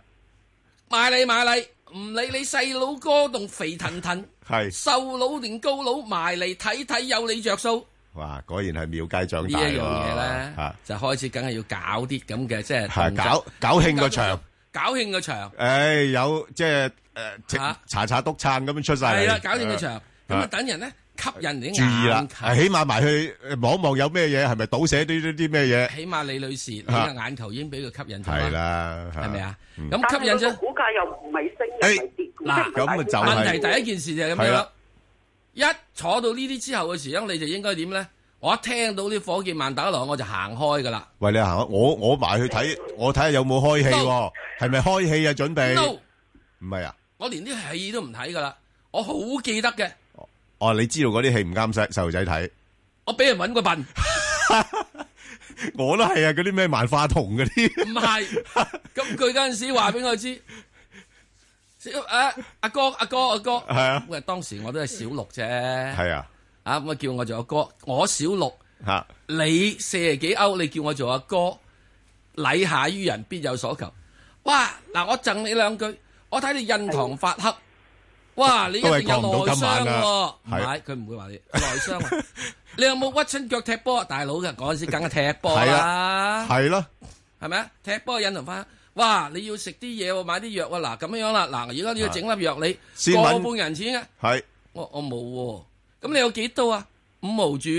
[SPEAKER 3] 買你買你，唔理你細佬哥同肥騰騰，
[SPEAKER 2] 啊，咁點啊？係。哇，果然係廟街長大喎。
[SPEAKER 3] 瘦佬定高佬埋嚟睇睇有你着數。呢一樣嘢咧
[SPEAKER 2] 嚇。，
[SPEAKER 3] 就開始梗係要搞啲咁嘅，即係
[SPEAKER 2] 係，
[SPEAKER 3] 動
[SPEAKER 2] 搞-
[SPEAKER 3] 作
[SPEAKER 2] 搞興個場。
[SPEAKER 3] 搞興個場，
[SPEAKER 2] 唉，有-即係，誒，即-查查篤撐咁樣出晒嚟。
[SPEAKER 3] 係啦，搞興個場，咁
[SPEAKER 2] 啊，
[SPEAKER 3] 啊等人咧吸引人哋啲
[SPEAKER 2] 注意啦，
[SPEAKER 3] 眼球
[SPEAKER 2] 係，起碼埋去，誒，望一望有咩嘢，係咪倒瀉啲-啲-啲咩嘢？
[SPEAKER 3] 起碼李女士你
[SPEAKER 2] 啊
[SPEAKER 3] 嘅眼球已經俾佢吸引咗啦。
[SPEAKER 2] 係啦，
[SPEAKER 3] 係咪啊？
[SPEAKER 2] 嗯。
[SPEAKER 3] 咁吸引哎咗
[SPEAKER 4] 股價又唔呃係升，
[SPEAKER 2] 誒
[SPEAKER 4] 又唔係跌，
[SPEAKER 3] 嗱，
[SPEAKER 2] 咁咪就係
[SPEAKER 3] 問題第一件事就係咁樣
[SPEAKER 2] 係
[SPEAKER 3] 啦
[SPEAKER 2] 啦。
[SPEAKER 3] 一坐到呢啲之後嘅時候，你就應該點咧？我一聽到啲火箭萬打落，我就行開噶啦。
[SPEAKER 2] 喂，你行開，我-我埋去睇-我睇下有冇開戲喎，
[SPEAKER 3] No。
[SPEAKER 2] 係咪開戲啊，準備？
[SPEAKER 3] No，
[SPEAKER 2] 唔係啊？哦，你知道嗰啲戲唔啱細-
[SPEAKER 3] 我連啲戲都唔睇噶啦。我好記得嘅，
[SPEAKER 2] 細路仔睇。我都係啊，嗰啲咩萬花筒嗰啲， (laughs)
[SPEAKER 3] 我俾人揾過笨，
[SPEAKER 2] (laughs)
[SPEAKER 3] (laughs) 唔係。咁佢嗰陣時話俾我知，啊阿哥阿哥阿哥，
[SPEAKER 2] 係啊
[SPEAKER 3] 喂，當時我都係小六啫，
[SPEAKER 2] 係啊，
[SPEAKER 3] 啊咁啊叫我做阿哥，我小六。
[SPEAKER 2] 嚇。
[SPEAKER 3] 你四十幾歐，你叫我做阿哥，禮下於人必有所求。哇！嗱，我贈你兩句，我睇你印堂發黑，哇！你一定有內
[SPEAKER 2] 都係過唔到今晚
[SPEAKER 3] 傷喎
[SPEAKER 2] 啦，
[SPEAKER 3] 唔係佢唔會話你內傷啊。 (laughs) 你有冇屈親腳踢波啊？大佬嘅嗰陣時梗係踢波
[SPEAKER 2] 係
[SPEAKER 3] 啦
[SPEAKER 2] 啊，，係咯，
[SPEAKER 3] 係咪啊？踢波印堂發黑，哇！你要食啲嘢喎，買啲藥喎，嗱咁樣樣啦，嗱而家要整粒藥你
[SPEAKER 2] 先
[SPEAKER 3] 個
[SPEAKER 2] 搵
[SPEAKER 3] 半人錢嘅，
[SPEAKER 2] 係，
[SPEAKER 3] 我我冇喎，咁你有幾多啊？五毛主。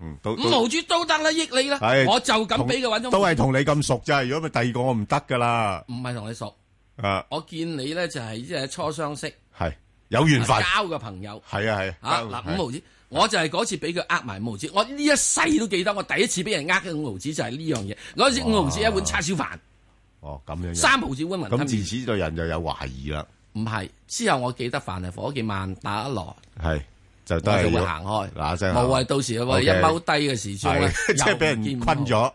[SPEAKER 2] 嗯，到
[SPEAKER 3] 五毫主都得啦，益你啦
[SPEAKER 2] 係，
[SPEAKER 3] 我就咁俾佢揾咗。
[SPEAKER 2] 都係同你咁熟咋，如果咪第二個我唔得噶啦，
[SPEAKER 3] 唔係同你熟，
[SPEAKER 2] 啊，
[SPEAKER 3] 我見你咧就係即係初相識，啊
[SPEAKER 2] 係有緣分，
[SPEAKER 3] 交嘅朋友
[SPEAKER 2] 係啊係
[SPEAKER 3] 啊嗱五毫
[SPEAKER 2] 子，
[SPEAKER 3] 子，我就係嗰次俾佢呃埋五毫子，我呢一世都記得，我第一次俾人呃嘅五毫子就係呢樣嘢。嗰陣時五毫子一碗叉燒飯，
[SPEAKER 2] 哦咁樣樣，
[SPEAKER 3] 三毫子碗雲吞
[SPEAKER 2] 咁自
[SPEAKER 3] 麵。
[SPEAKER 2] 此對人就有懷疑啦，
[SPEAKER 3] 唔係之後我記得飯係伙記萬打羅，
[SPEAKER 2] 係就都
[SPEAKER 3] 我就
[SPEAKER 2] 係
[SPEAKER 3] 會行開。
[SPEAKER 2] 嗱聲行，
[SPEAKER 3] 無謂到時我
[SPEAKER 2] OK
[SPEAKER 3] 一踎低嘅時鐘啊咧
[SPEAKER 2] 係， (laughs) 即係俾人困咗，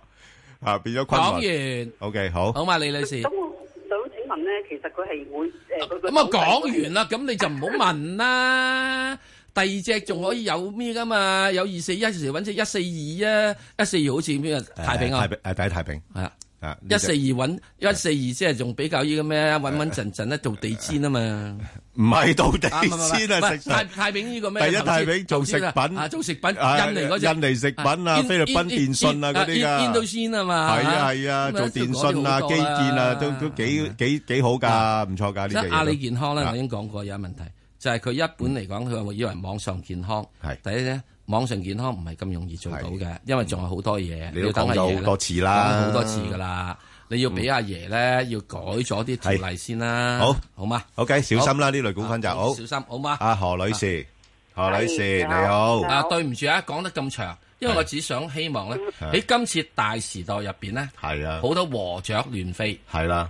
[SPEAKER 2] 啊變咗困
[SPEAKER 3] 講
[SPEAKER 2] 民。
[SPEAKER 3] 完
[SPEAKER 2] O K 好，
[SPEAKER 3] 好嘛，李女士。
[SPEAKER 4] 咁我想請問咧，其實佢係會 (laughs) 誒佢個
[SPEAKER 3] 咁啊，
[SPEAKER 4] 走勢
[SPEAKER 3] 講完啦，咁你就唔好問啦。第二隻仲可以有咩噶嘛？有二四一，有時揾隻一四二啊，一四二好似咩啊太平
[SPEAKER 2] 誒太，
[SPEAKER 3] 啊
[SPEAKER 2] 平誒第一太平
[SPEAKER 3] 係啊，
[SPEAKER 2] 啊
[SPEAKER 3] 一四二揾一四二即係仲比較依個咩穩穩陣陣咧做地氈啊嘛，
[SPEAKER 2] 唔係到 (laughs) 地
[SPEAKER 3] 啊唔係唔係
[SPEAKER 2] 先啊
[SPEAKER 3] 唔係
[SPEAKER 2] 食
[SPEAKER 3] 太
[SPEAKER 2] 神。
[SPEAKER 3] 太平呢個咩？
[SPEAKER 2] 第一太平做
[SPEAKER 3] 投資
[SPEAKER 2] 食品
[SPEAKER 3] 啊，做食品
[SPEAKER 2] 啊
[SPEAKER 3] 印尼嗰隻
[SPEAKER 2] 印尼食品啊
[SPEAKER 3] 啊
[SPEAKER 2] 菲律賓
[SPEAKER 3] 印
[SPEAKER 2] 電信啊嗰啲㗎
[SPEAKER 3] 印印度先啊嘛，
[SPEAKER 2] 係啊係啊，
[SPEAKER 3] 咁
[SPEAKER 2] 做電信啊、
[SPEAKER 3] 一條講咗好多
[SPEAKER 2] 基建啊，
[SPEAKER 3] 啦
[SPEAKER 2] 都都幾幾幾好噶，唔錯啊噶呢
[SPEAKER 3] 即
[SPEAKER 2] 隻嘢
[SPEAKER 3] 係
[SPEAKER 2] 都。
[SPEAKER 3] 阿里健康咧，
[SPEAKER 2] 啊
[SPEAKER 3] 我已經講過有問題，就係佢一本嚟講，佢話以為網上健康。
[SPEAKER 2] 係
[SPEAKER 3] 第一咧，網上健康唔係咁容易做到嘅，因為仲有好多嘢，
[SPEAKER 2] 你都
[SPEAKER 3] 要等阿
[SPEAKER 2] 講咗
[SPEAKER 3] 爺
[SPEAKER 2] 好多次啦
[SPEAKER 3] 講好多次噶啦。你要俾阿爺咧，要改咗啲條例先
[SPEAKER 2] 嗯
[SPEAKER 3] 啦。
[SPEAKER 2] 好
[SPEAKER 3] 好嘛
[SPEAKER 2] OK，小心啦呢
[SPEAKER 3] 好
[SPEAKER 2] 類股份就
[SPEAKER 3] 啊
[SPEAKER 2] 好
[SPEAKER 3] 小心好嘛。
[SPEAKER 2] 阿何女士，何女士
[SPEAKER 3] 係
[SPEAKER 2] 你好，
[SPEAKER 3] 啊，對唔住啊，講得咁長，因為我只想希望咧，
[SPEAKER 2] 係
[SPEAKER 3] 喺今次大時代入邊咧，
[SPEAKER 2] 係啊，
[SPEAKER 3] 好多和雀亂飛，
[SPEAKER 2] 係啦，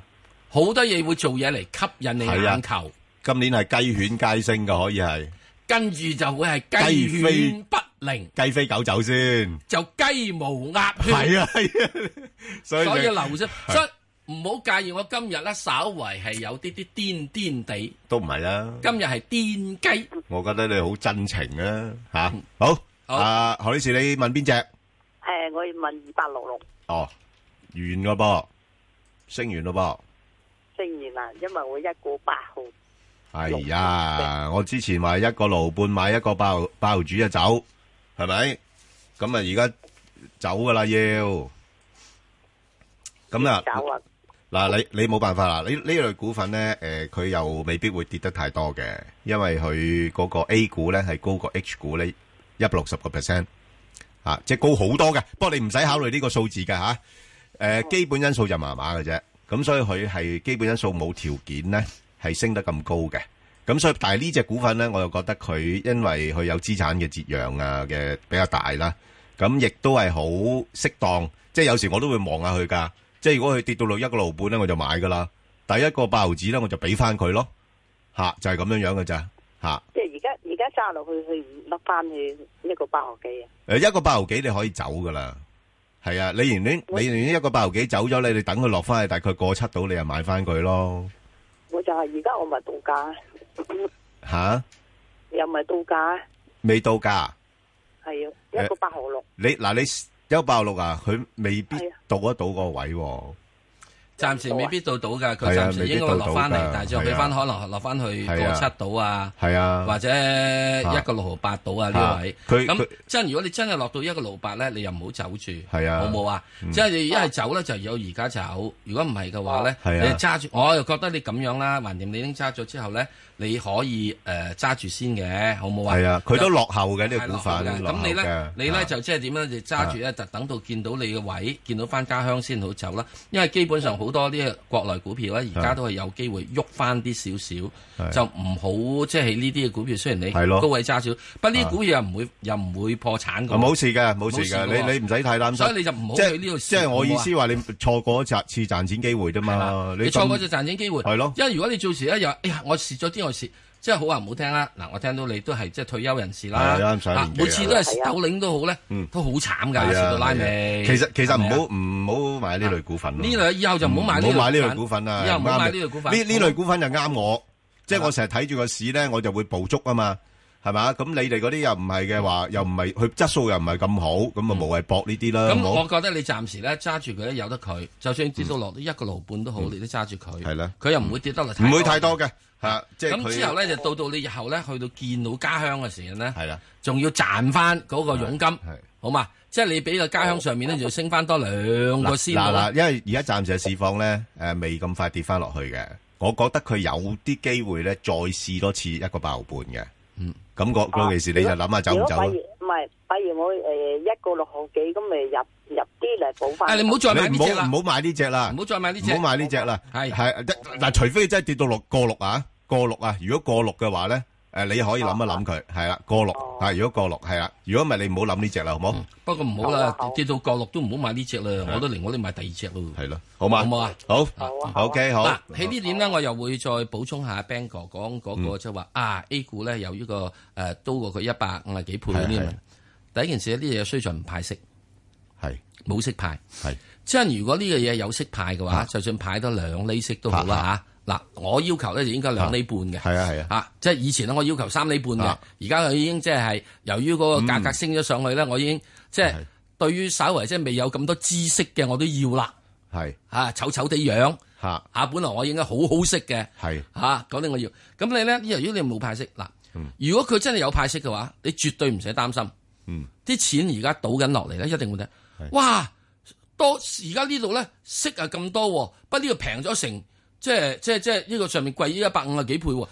[SPEAKER 3] 好多嘢會做嘢嚟吸引你
[SPEAKER 2] 係啊
[SPEAKER 3] 眼球。
[SPEAKER 2] 今年係雞犬皆升嘅，可以係
[SPEAKER 3] 跟住就會係雞
[SPEAKER 2] 雞飛
[SPEAKER 3] 犬不寧，
[SPEAKER 2] 雞飛狗走
[SPEAKER 3] (laughs)
[SPEAKER 2] 先，
[SPEAKER 3] 就雞毛鴨血。
[SPEAKER 2] 係啊係啊，所以
[SPEAKER 3] 所以
[SPEAKER 2] 就
[SPEAKER 3] 流失，
[SPEAKER 2] 係
[SPEAKER 3] 所以唔好介意我今日咧，稍為係有啲啲癲癲地，
[SPEAKER 2] 都唔係啦。
[SPEAKER 3] 今日係癲雞。
[SPEAKER 2] 我覺得你好真情啊，吓
[SPEAKER 3] 嗯
[SPEAKER 2] 好。啊，何女士，你問邊只？
[SPEAKER 12] 诶，我要问二八六六
[SPEAKER 2] 哦，完噶噃，升完咯噃。
[SPEAKER 12] 升完啦，因为我一股八号，
[SPEAKER 2] 哎呀，我之前話一個勞半買一個爆爆主就走，係咪？咁啊，而家走噶啦要。咁啊，嗱，你你冇辦法啦。呢呢類股份咧，诶、佢又未必會跌得太多嘅，因為佢嗰個 A 股咧係高過 H 股咧一百六十個 percent，啊，即係高好多嘅。不過你唔使考慮呢個數字嘅吓，诶、基本因素就麻麻嘅啫。咁所以佢係基本因素冇條件咧係升得咁高嘅。咁所以，但係呢只股份咧，我又覺得佢因為佢有資產嘅折讓啊嘅比較大啦，咁亦都係好適當。即係有時我都會望下佢㗎。即係如果佢跌到落一個路半咧，我就買㗎啦。第一個八毫子咧，我就俾翻佢咯。吓、就係咁樣樣嘅咋吓。
[SPEAKER 12] 即系而家而家揸落去，佢唔甩翻去一个八毫几啊，
[SPEAKER 2] 诶、一個八毫幾你可以走㗎啦。係啊，你原你你原一個八毫幾走咗你，你等佢落翻去大概過七到，你又買翻佢咯。
[SPEAKER 12] 我就系而家我咪度假，
[SPEAKER 2] 吓、
[SPEAKER 12] 又咪度假，
[SPEAKER 2] 未到㗎。
[SPEAKER 12] 系啊，一个八毫六，
[SPEAKER 2] 你嗱你一爆六啊，佢未必到得到個位喎。
[SPEAKER 3] 暫時未必到到㗎，佢
[SPEAKER 2] 係啊
[SPEAKER 3] 暫時應該
[SPEAKER 2] 未必到
[SPEAKER 3] 落翻嚟
[SPEAKER 2] 到㗎，
[SPEAKER 3] 但係就俾翻
[SPEAKER 2] 係啊
[SPEAKER 3] 可能落翻去
[SPEAKER 2] 係
[SPEAKER 3] 個
[SPEAKER 2] 啊
[SPEAKER 3] 七度啊，
[SPEAKER 2] 係啊
[SPEAKER 3] 或者一個六毫八度啊呢位。
[SPEAKER 2] 嚇佢
[SPEAKER 3] 咁
[SPEAKER 2] 佢
[SPEAKER 3] 真係如果你真係落到一個六毫八咧，你又唔好走住，
[SPEAKER 2] 係啊
[SPEAKER 3] 好冇啊？
[SPEAKER 2] 嗯
[SPEAKER 3] 即係你一係走咧就有而家走，如果唔係嘅話咧，
[SPEAKER 2] 係啊
[SPEAKER 3] 你揸住，我又覺得你咁樣啦，橫掂你已經揸咗之後咧，你可以誒揸住先嘅，好冇啊？
[SPEAKER 2] 係啊佢都落後嘅呢個
[SPEAKER 3] 係
[SPEAKER 2] 股
[SPEAKER 3] 落後
[SPEAKER 2] 份
[SPEAKER 3] 嘅
[SPEAKER 2] 落後
[SPEAKER 3] 咁你
[SPEAKER 2] 嘅
[SPEAKER 3] 咧，你
[SPEAKER 2] 啊
[SPEAKER 3] 咧就即係點咧？就揸住咧，就等到見到你嘅位，見到翻家鄉先好走啦。因為基本上好多啲國內股票咧，而家都係有機會喐翻啲少少，
[SPEAKER 2] 啊係
[SPEAKER 3] 就唔好即係呢啲嘅股票。雖然你
[SPEAKER 2] 係咯
[SPEAKER 3] 高位揸少，不過呢啲
[SPEAKER 2] 啊
[SPEAKER 3] 股票又唔會又唔會破產嘅。
[SPEAKER 2] 冇事嘅，冇事嘅，
[SPEAKER 3] 喎
[SPEAKER 2] 你你唔使太擔心。
[SPEAKER 3] 所以你就唔好
[SPEAKER 2] 即係
[SPEAKER 3] 去呢度試。
[SPEAKER 2] 即係我意思
[SPEAKER 3] 好唔好啊
[SPEAKER 2] 話，你錯過一次賺錢機會啫嘛。
[SPEAKER 3] 你錯過
[SPEAKER 2] 咁
[SPEAKER 3] 就賺錢機會。
[SPEAKER 2] 係咯
[SPEAKER 3] 因為如果你做時咧又，哎呀，我蝕咗啲，我蝕。即係好話唔好聽啦，嗱，我聽到你都係即係退休人士啦
[SPEAKER 2] 係啊，上年紀
[SPEAKER 3] 啊
[SPEAKER 2] 啦
[SPEAKER 3] 每次都係蝕斗領都好咧，都好慘㗎，蝕
[SPEAKER 2] 係啊
[SPEAKER 3] 到拉尾。
[SPEAKER 2] 其實其實唔
[SPEAKER 3] 係咪啊
[SPEAKER 2] 好唔好買呢類股份咯。
[SPEAKER 3] 呢類以後就唔好買呢
[SPEAKER 2] 唔
[SPEAKER 3] 類
[SPEAKER 2] 好買呢類
[SPEAKER 3] 股
[SPEAKER 2] 股
[SPEAKER 3] 份
[SPEAKER 2] 份啦。
[SPEAKER 3] 以後唔好
[SPEAKER 2] 啱
[SPEAKER 3] 買
[SPEAKER 2] 你
[SPEAKER 3] 呢類股份
[SPEAKER 2] 呢呢類股份就啱我，即係我成日睇住個市咧，我就會捕捉啊嘛。係嘛？咁你哋嗰啲又唔係嘅話，又唔係佢質素又唔係咁好，咁啊無謂搏呢啲啦。
[SPEAKER 3] 咁
[SPEAKER 2] 好
[SPEAKER 3] 我覺得你暫時咧揸住佢咧，由得佢，就算跌到落到一個勞半都好，你都揸住佢。
[SPEAKER 2] 嗯係啦，
[SPEAKER 3] 佢又唔會跌得落。
[SPEAKER 2] 唔會太多嘅嚇，即係佢
[SPEAKER 3] 咁之後咧，就到到你日後咧，去到見到家鄉嘅時候咧，係啦，仲要賺翻嗰個佣金，好嘛？即係你俾個家鄉上面咧，就要升翻多兩個先
[SPEAKER 2] 嗱嗱，因為而家暫時嘅市況咧，誒、未咁快跌翻落去嘅，我覺得佢有啲機會咧，再試多次一個八毫半嘅。
[SPEAKER 3] 嗯，
[SPEAKER 2] 咁嗰嗰件事你就諗下走唔走啊
[SPEAKER 12] 如果
[SPEAKER 2] 啦
[SPEAKER 12] 比。如唔系，比如我诶一个六毫几咁咪入入啲嚟补翻。
[SPEAKER 3] 哎
[SPEAKER 2] 你唔好唔好買呢只啦，唔好
[SPEAKER 3] 再買呢
[SPEAKER 2] 只，唔好買呢只啦。係係，得嗱，除非真係跌到六個六啊，個六啊，如果個六嘅話咧，誒你可以諗一諗佢，係啦，個六啊，如果個六係啦，如果唔係你唔好諗呢只啦，好冇？
[SPEAKER 3] 不過唔好啦，跌到角落都唔好買呢只啦，我都寧我哋買第二隻咯。
[SPEAKER 2] 係咯，好嘛？
[SPEAKER 3] 好唔好啊？
[SPEAKER 2] 好，OK，好嗯
[SPEAKER 3] 嗱。喺呢點咧，我又會再補充下 Bang 哥講嗰個，即係話啊 A 股咧有呢個誒高過佢一百五十幾倍呢啲
[SPEAKER 2] 係
[SPEAKER 3] 問第一件事呢嘢雖然唔派息，
[SPEAKER 2] 係
[SPEAKER 3] 冇息派，
[SPEAKER 2] 係
[SPEAKER 3] 即係如果呢個嘢有息派嘅話，就算派多兩厘息都好啦嚇。嗱，我要求咧就應該兩厘半嘅。
[SPEAKER 2] 係啊係啊。
[SPEAKER 3] 啊，即係以前咧，我要求三厘半嘅
[SPEAKER 2] 啊，
[SPEAKER 3] 而家佢已經即係由於嗰個價
[SPEAKER 2] 嗯
[SPEAKER 3] 格升咗上去咧，我已經即係對於稍為即係未有咁多知識嘅我都要啦。
[SPEAKER 2] 係
[SPEAKER 3] 啊，醜醜地樣
[SPEAKER 2] 嚇
[SPEAKER 3] 啊，本來我應該好好識嘅
[SPEAKER 2] 係
[SPEAKER 3] 嚇，嗰啲我要。咁你咧，由於你冇派息嗱，如果佢真係有派息嘅話，你絕對唔使擔心。
[SPEAKER 2] 嗯，
[SPEAKER 3] 啲錢而家倒緊落嚟咧，一定會得。哇！多而家呢度咧息啊咁多喎，不過呢度平咗成即係即係即係呢個上面貴一百五啊幾倍喎，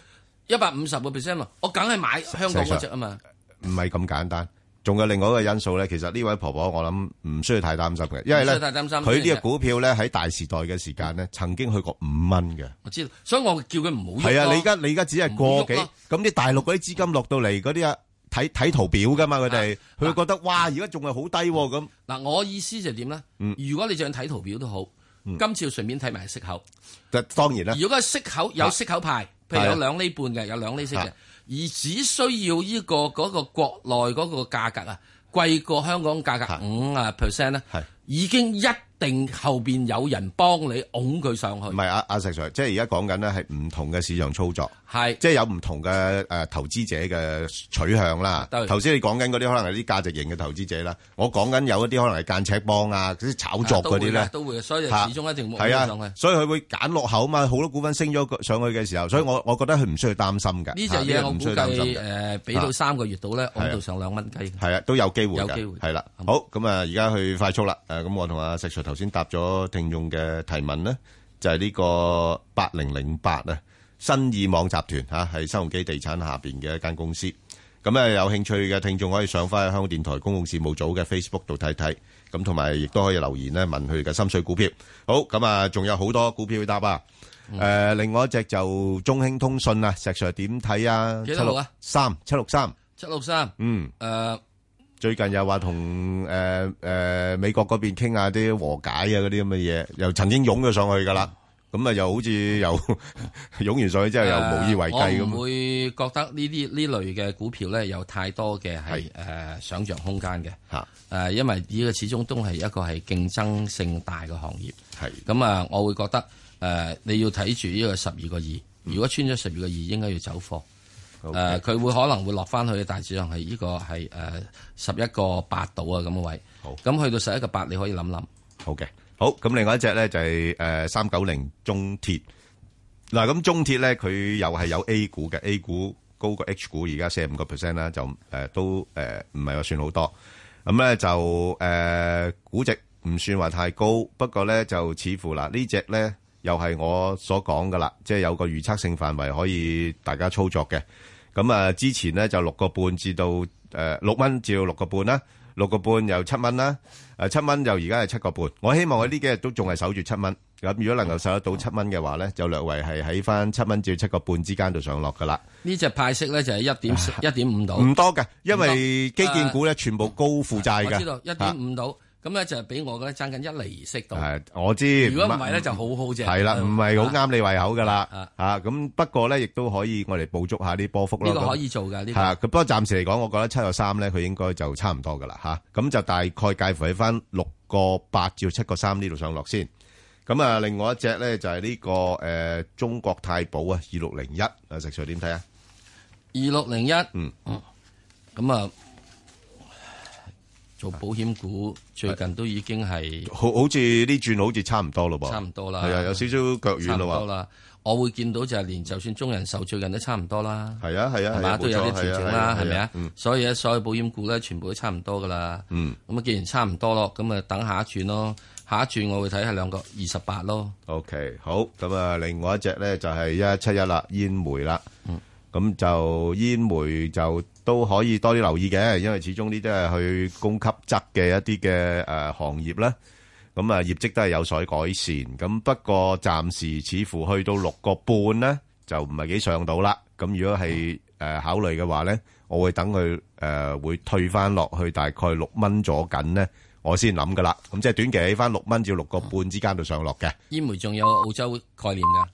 [SPEAKER 3] 一百五十個 percent 喎，我梗係買香港嗰只啊嘛。
[SPEAKER 2] 唔係咁簡單。仲有另外一個因素咧，其實呢位婆婆我諗唔需要太擔心嘅，因為
[SPEAKER 3] 唔
[SPEAKER 2] 咧
[SPEAKER 3] 需要太擔心
[SPEAKER 2] 佢呢個股票咧喺大時代嘅時間咧，曾經去過五蚊嘅。
[SPEAKER 3] 我知道，所以我叫佢唔好喐
[SPEAKER 2] 係啊，
[SPEAKER 3] 咯
[SPEAKER 2] 你而家你而家只係過幾
[SPEAKER 3] 唔好喐咯
[SPEAKER 2] 咁啲大陸嗰啲資金落到嚟嗰啲啊，睇睇圖表噶嘛，佢哋佢會覺得哇，而家仲係好低喎咁。
[SPEAKER 3] 嗱，我意思就點咧？
[SPEAKER 2] 嗯
[SPEAKER 3] 如果你就算睇圖表都好，今次要順便睇埋息口。
[SPEAKER 2] 就當 (laughs) 然啦，
[SPEAKER 3] 如果係息口有息口派，譬如
[SPEAKER 2] 係啊
[SPEAKER 3] 有兩厘半嘅，有兩厘息嘅
[SPEAKER 2] 啊，
[SPEAKER 3] 而只需要呢個嗰個國內嗰個價格啊，貴過香港價格五啊 percent 啊咧，已經一定後边有人幫你拱佢上去。
[SPEAKER 2] 唔係阿阿石 Sir，即係而家講緊咧係唔同嘅市場操作，
[SPEAKER 3] 係
[SPEAKER 2] 即係有唔同嘅誒、呃投資者嘅取向啦
[SPEAKER 3] 對。
[SPEAKER 2] 頭先你講緊嗰啲可能係啲價值型嘅投資者啦，我講緊有一啲可能係間尺幫啊，嗰啲炒作嗰啲咧
[SPEAKER 3] 啊都會嘅都會嘅所以
[SPEAKER 2] 嚇
[SPEAKER 3] 始終一定會拱
[SPEAKER 2] 係
[SPEAKER 3] 佢
[SPEAKER 2] 啊
[SPEAKER 3] 上去
[SPEAKER 2] 所以佢會揀落口嘛，好多股份升咗個上去嘅時候，所以我我覺得佢唔需要擔心嘅。
[SPEAKER 3] 呢隻
[SPEAKER 2] 嚇
[SPEAKER 3] 嘢
[SPEAKER 2] 個
[SPEAKER 3] 我
[SPEAKER 2] 唔
[SPEAKER 3] 估
[SPEAKER 2] 需要擔心
[SPEAKER 3] 計
[SPEAKER 2] 嘅
[SPEAKER 3] 誒，俾到
[SPEAKER 2] 嚇
[SPEAKER 3] 三個月度咧，拱
[SPEAKER 2] 係
[SPEAKER 3] 到
[SPEAKER 2] 啊
[SPEAKER 3] 上兩蚊雞。
[SPEAKER 2] 系啊，都有機會
[SPEAKER 3] 有
[SPEAKER 2] 嘅，
[SPEAKER 3] 機會
[SPEAKER 2] 係啦。好，咁啊，而家去快速啦。诶，咁我同阿石 Sir 頭先答咗聽眾嘅提問咧，就係呢個八零零八啊，新意網集團吓，係新鴻基地產下边嘅一間公司。咁啊，有興趣嘅聽眾可以上翻去香港電台公共事務組嘅 Facebook 度睇睇，咁同埋亦都可以留言咧問佢哋嘅心水股票。好，咁啊，仲有好多股票要答啊。诶、另外一隻就中興通訊啊，石 Sir 點睇啊？
[SPEAKER 3] 幾多號啊
[SPEAKER 2] 三七六三。
[SPEAKER 3] 七六三，
[SPEAKER 2] 嗯，
[SPEAKER 3] 诶，
[SPEAKER 2] 最近又話同诶诶美國嗰邊傾下啲和解啊嗰啲咁嘅嘢，又曾經湧咗上去噶啦，咁啊又好似又 (laughs) 湧完上去之後又無以為繼
[SPEAKER 3] 誒哦我唔
[SPEAKER 2] 咁。
[SPEAKER 3] 會覺得呢啲呢類嘅股票咧有太多嘅係誒想像空間嘅。
[SPEAKER 2] 嚇
[SPEAKER 3] 誒，呃因為呢個始終都係一個係競爭性大嘅行業。
[SPEAKER 2] 係
[SPEAKER 3] 咁啊，我會覺得誒你要睇住呢個十二個二，
[SPEAKER 2] 嗯
[SPEAKER 3] 如果穿咗十二個二，應該要走貨。誒，佢會可能會落翻去，大致上係呢個係誒十一個八度啊咁嘅位。
[SPEAKER 2] 好，
[SPEAKER 3] 咁去到十一個八，你可以諗諗。
[SPEAKER 2] 好嘅，好咁另外一隻咧就係诶三九零中鐵。嗱，咁中鐵咧，佢又係有 A 股嘅，A 股高過 H 股，而家四十五個 percent 啦，就誒、呃都誒唔係話算好多。咁咧就誒、呃估值唔算話太高，不過咧就似乎嗱呢只咧又係我所講噶啦，即係有個預測性範圍可以大家操作嘅。咁啊，之前咧就六個半至到誒六蚊至到六個半啦，六個半又七蚊啦，誒七蚊又而家係七個半。我希望佢呢幾日都仲係守住七蚊。咁如果能夠守得到七蚊嘅話咧，就略為係喺翻七蚊至七個半之間度上落噶啦。
[SPEAKER 3] 呢只派息咧就係一點
[SPEAKER 2] (laughs)
[SPEAKER 3] 一點五度，
[SPEAKER 2] 唔多嘅，因為
[SPEAKER 3] 唔多
[SPEAKER 2] 基建股咧全部高負債嘅。
[SPEAKER 3] 我知道一點五度，咁咧就係俾我咧爭緊一厘息度。
[SPEAKER 2] 係我知。
[SPEAKER 3] 如果唔係咧就好好啫。
[SPEAKER 2] 係啦，唔係好
[SPEAKER 3] 啊。
[SPEAKER 2] 啱你胃口噶啦
[SPEAKER 3] 啊。
[SPEAKER 2] 嚇咁不過咧，亦都可以我哋捕捉下啲波幅咯。
[SPEAKER 3] 呢個
[SPEAKER 2] 咁
[SPEAKER 3] 可以做㗎呢
[SPEAKER 2] 係
[SPEAKER 3] 個
[SPEAKER 2] 啊咁不過暫時嚟講，我覺得七個三咧，佢應該就差唔多噶啦嚇。咁就大概介乎喺翻六個八至七個三呢度上落先。咁啊，另外一隻咧就係呢個誒中國太保啊，二六零一啊，石 Sir 點睇啊？
[SPEAKER 3] 二六零一，
[SPEAKER 2] 嗯，
[SPEAKER 3] 咁啊，做保險股最近都已經係
[SPEAKER 2] 好好似呢轉好似差唔多咯噃，
[SPEAKER 3] 差唔多啦
[SPEAKER 2] 係啊，有少少腳
[SPEAKER 3] 差
[SPEAKER 2] 軟咯
[SPEAKER 3] 唔多
[SPEAKER 2] 喎。
[SPEAKER 3] 啦。我會見到就係連就算中人壽最近都差唔多啦。
[SPEAKER 2] 係啊係啊係
[SPEAKER 3] 係
[SPEAKER 2] 啊
[SPEAKER 3] 嘛都有
[SPEAKER 2] 冇錯
[SPEAKER 3] 啲調整
[SPEAKER 2] 係啊
[SPEAKER 3] 啦，
[SPEAKER 2] 係啊
[SPEAKER 3] 係咪啊
[SPEAKER 2] 嗯？
[SPEAKER 3] 所以咧，所有保險股咧全部都差唔多噶啦。
[SPEAKER 2] 嗯，
[SPEAKER 3] 咁啊，既然差唔多咯，咁啊等下一轉咯。下一轉我會睇下兩個二十八咯。
[SPEAKER 2] OK，好，咁啊，另外一隻咧就係一七一啦，煙煤啦，咁就煙煤就都可以多啲留意嘅，因為始終呢啲係去供給側嘅一啲嘅誒行業啦，咁啊業績都係有所改善，咁不過暫時似乎去到六個半咧就唔係幾上到啦，咁如果係誒考慮嘅話咧，我會等佢誒會退翻落去大概六蚊左緊咧，我先諗噶啦，咁即係短期喺翻六蚊至六個半之間度上落嘅。
[SPEAKER 3] 煙煤仲有澳洲概念㗎。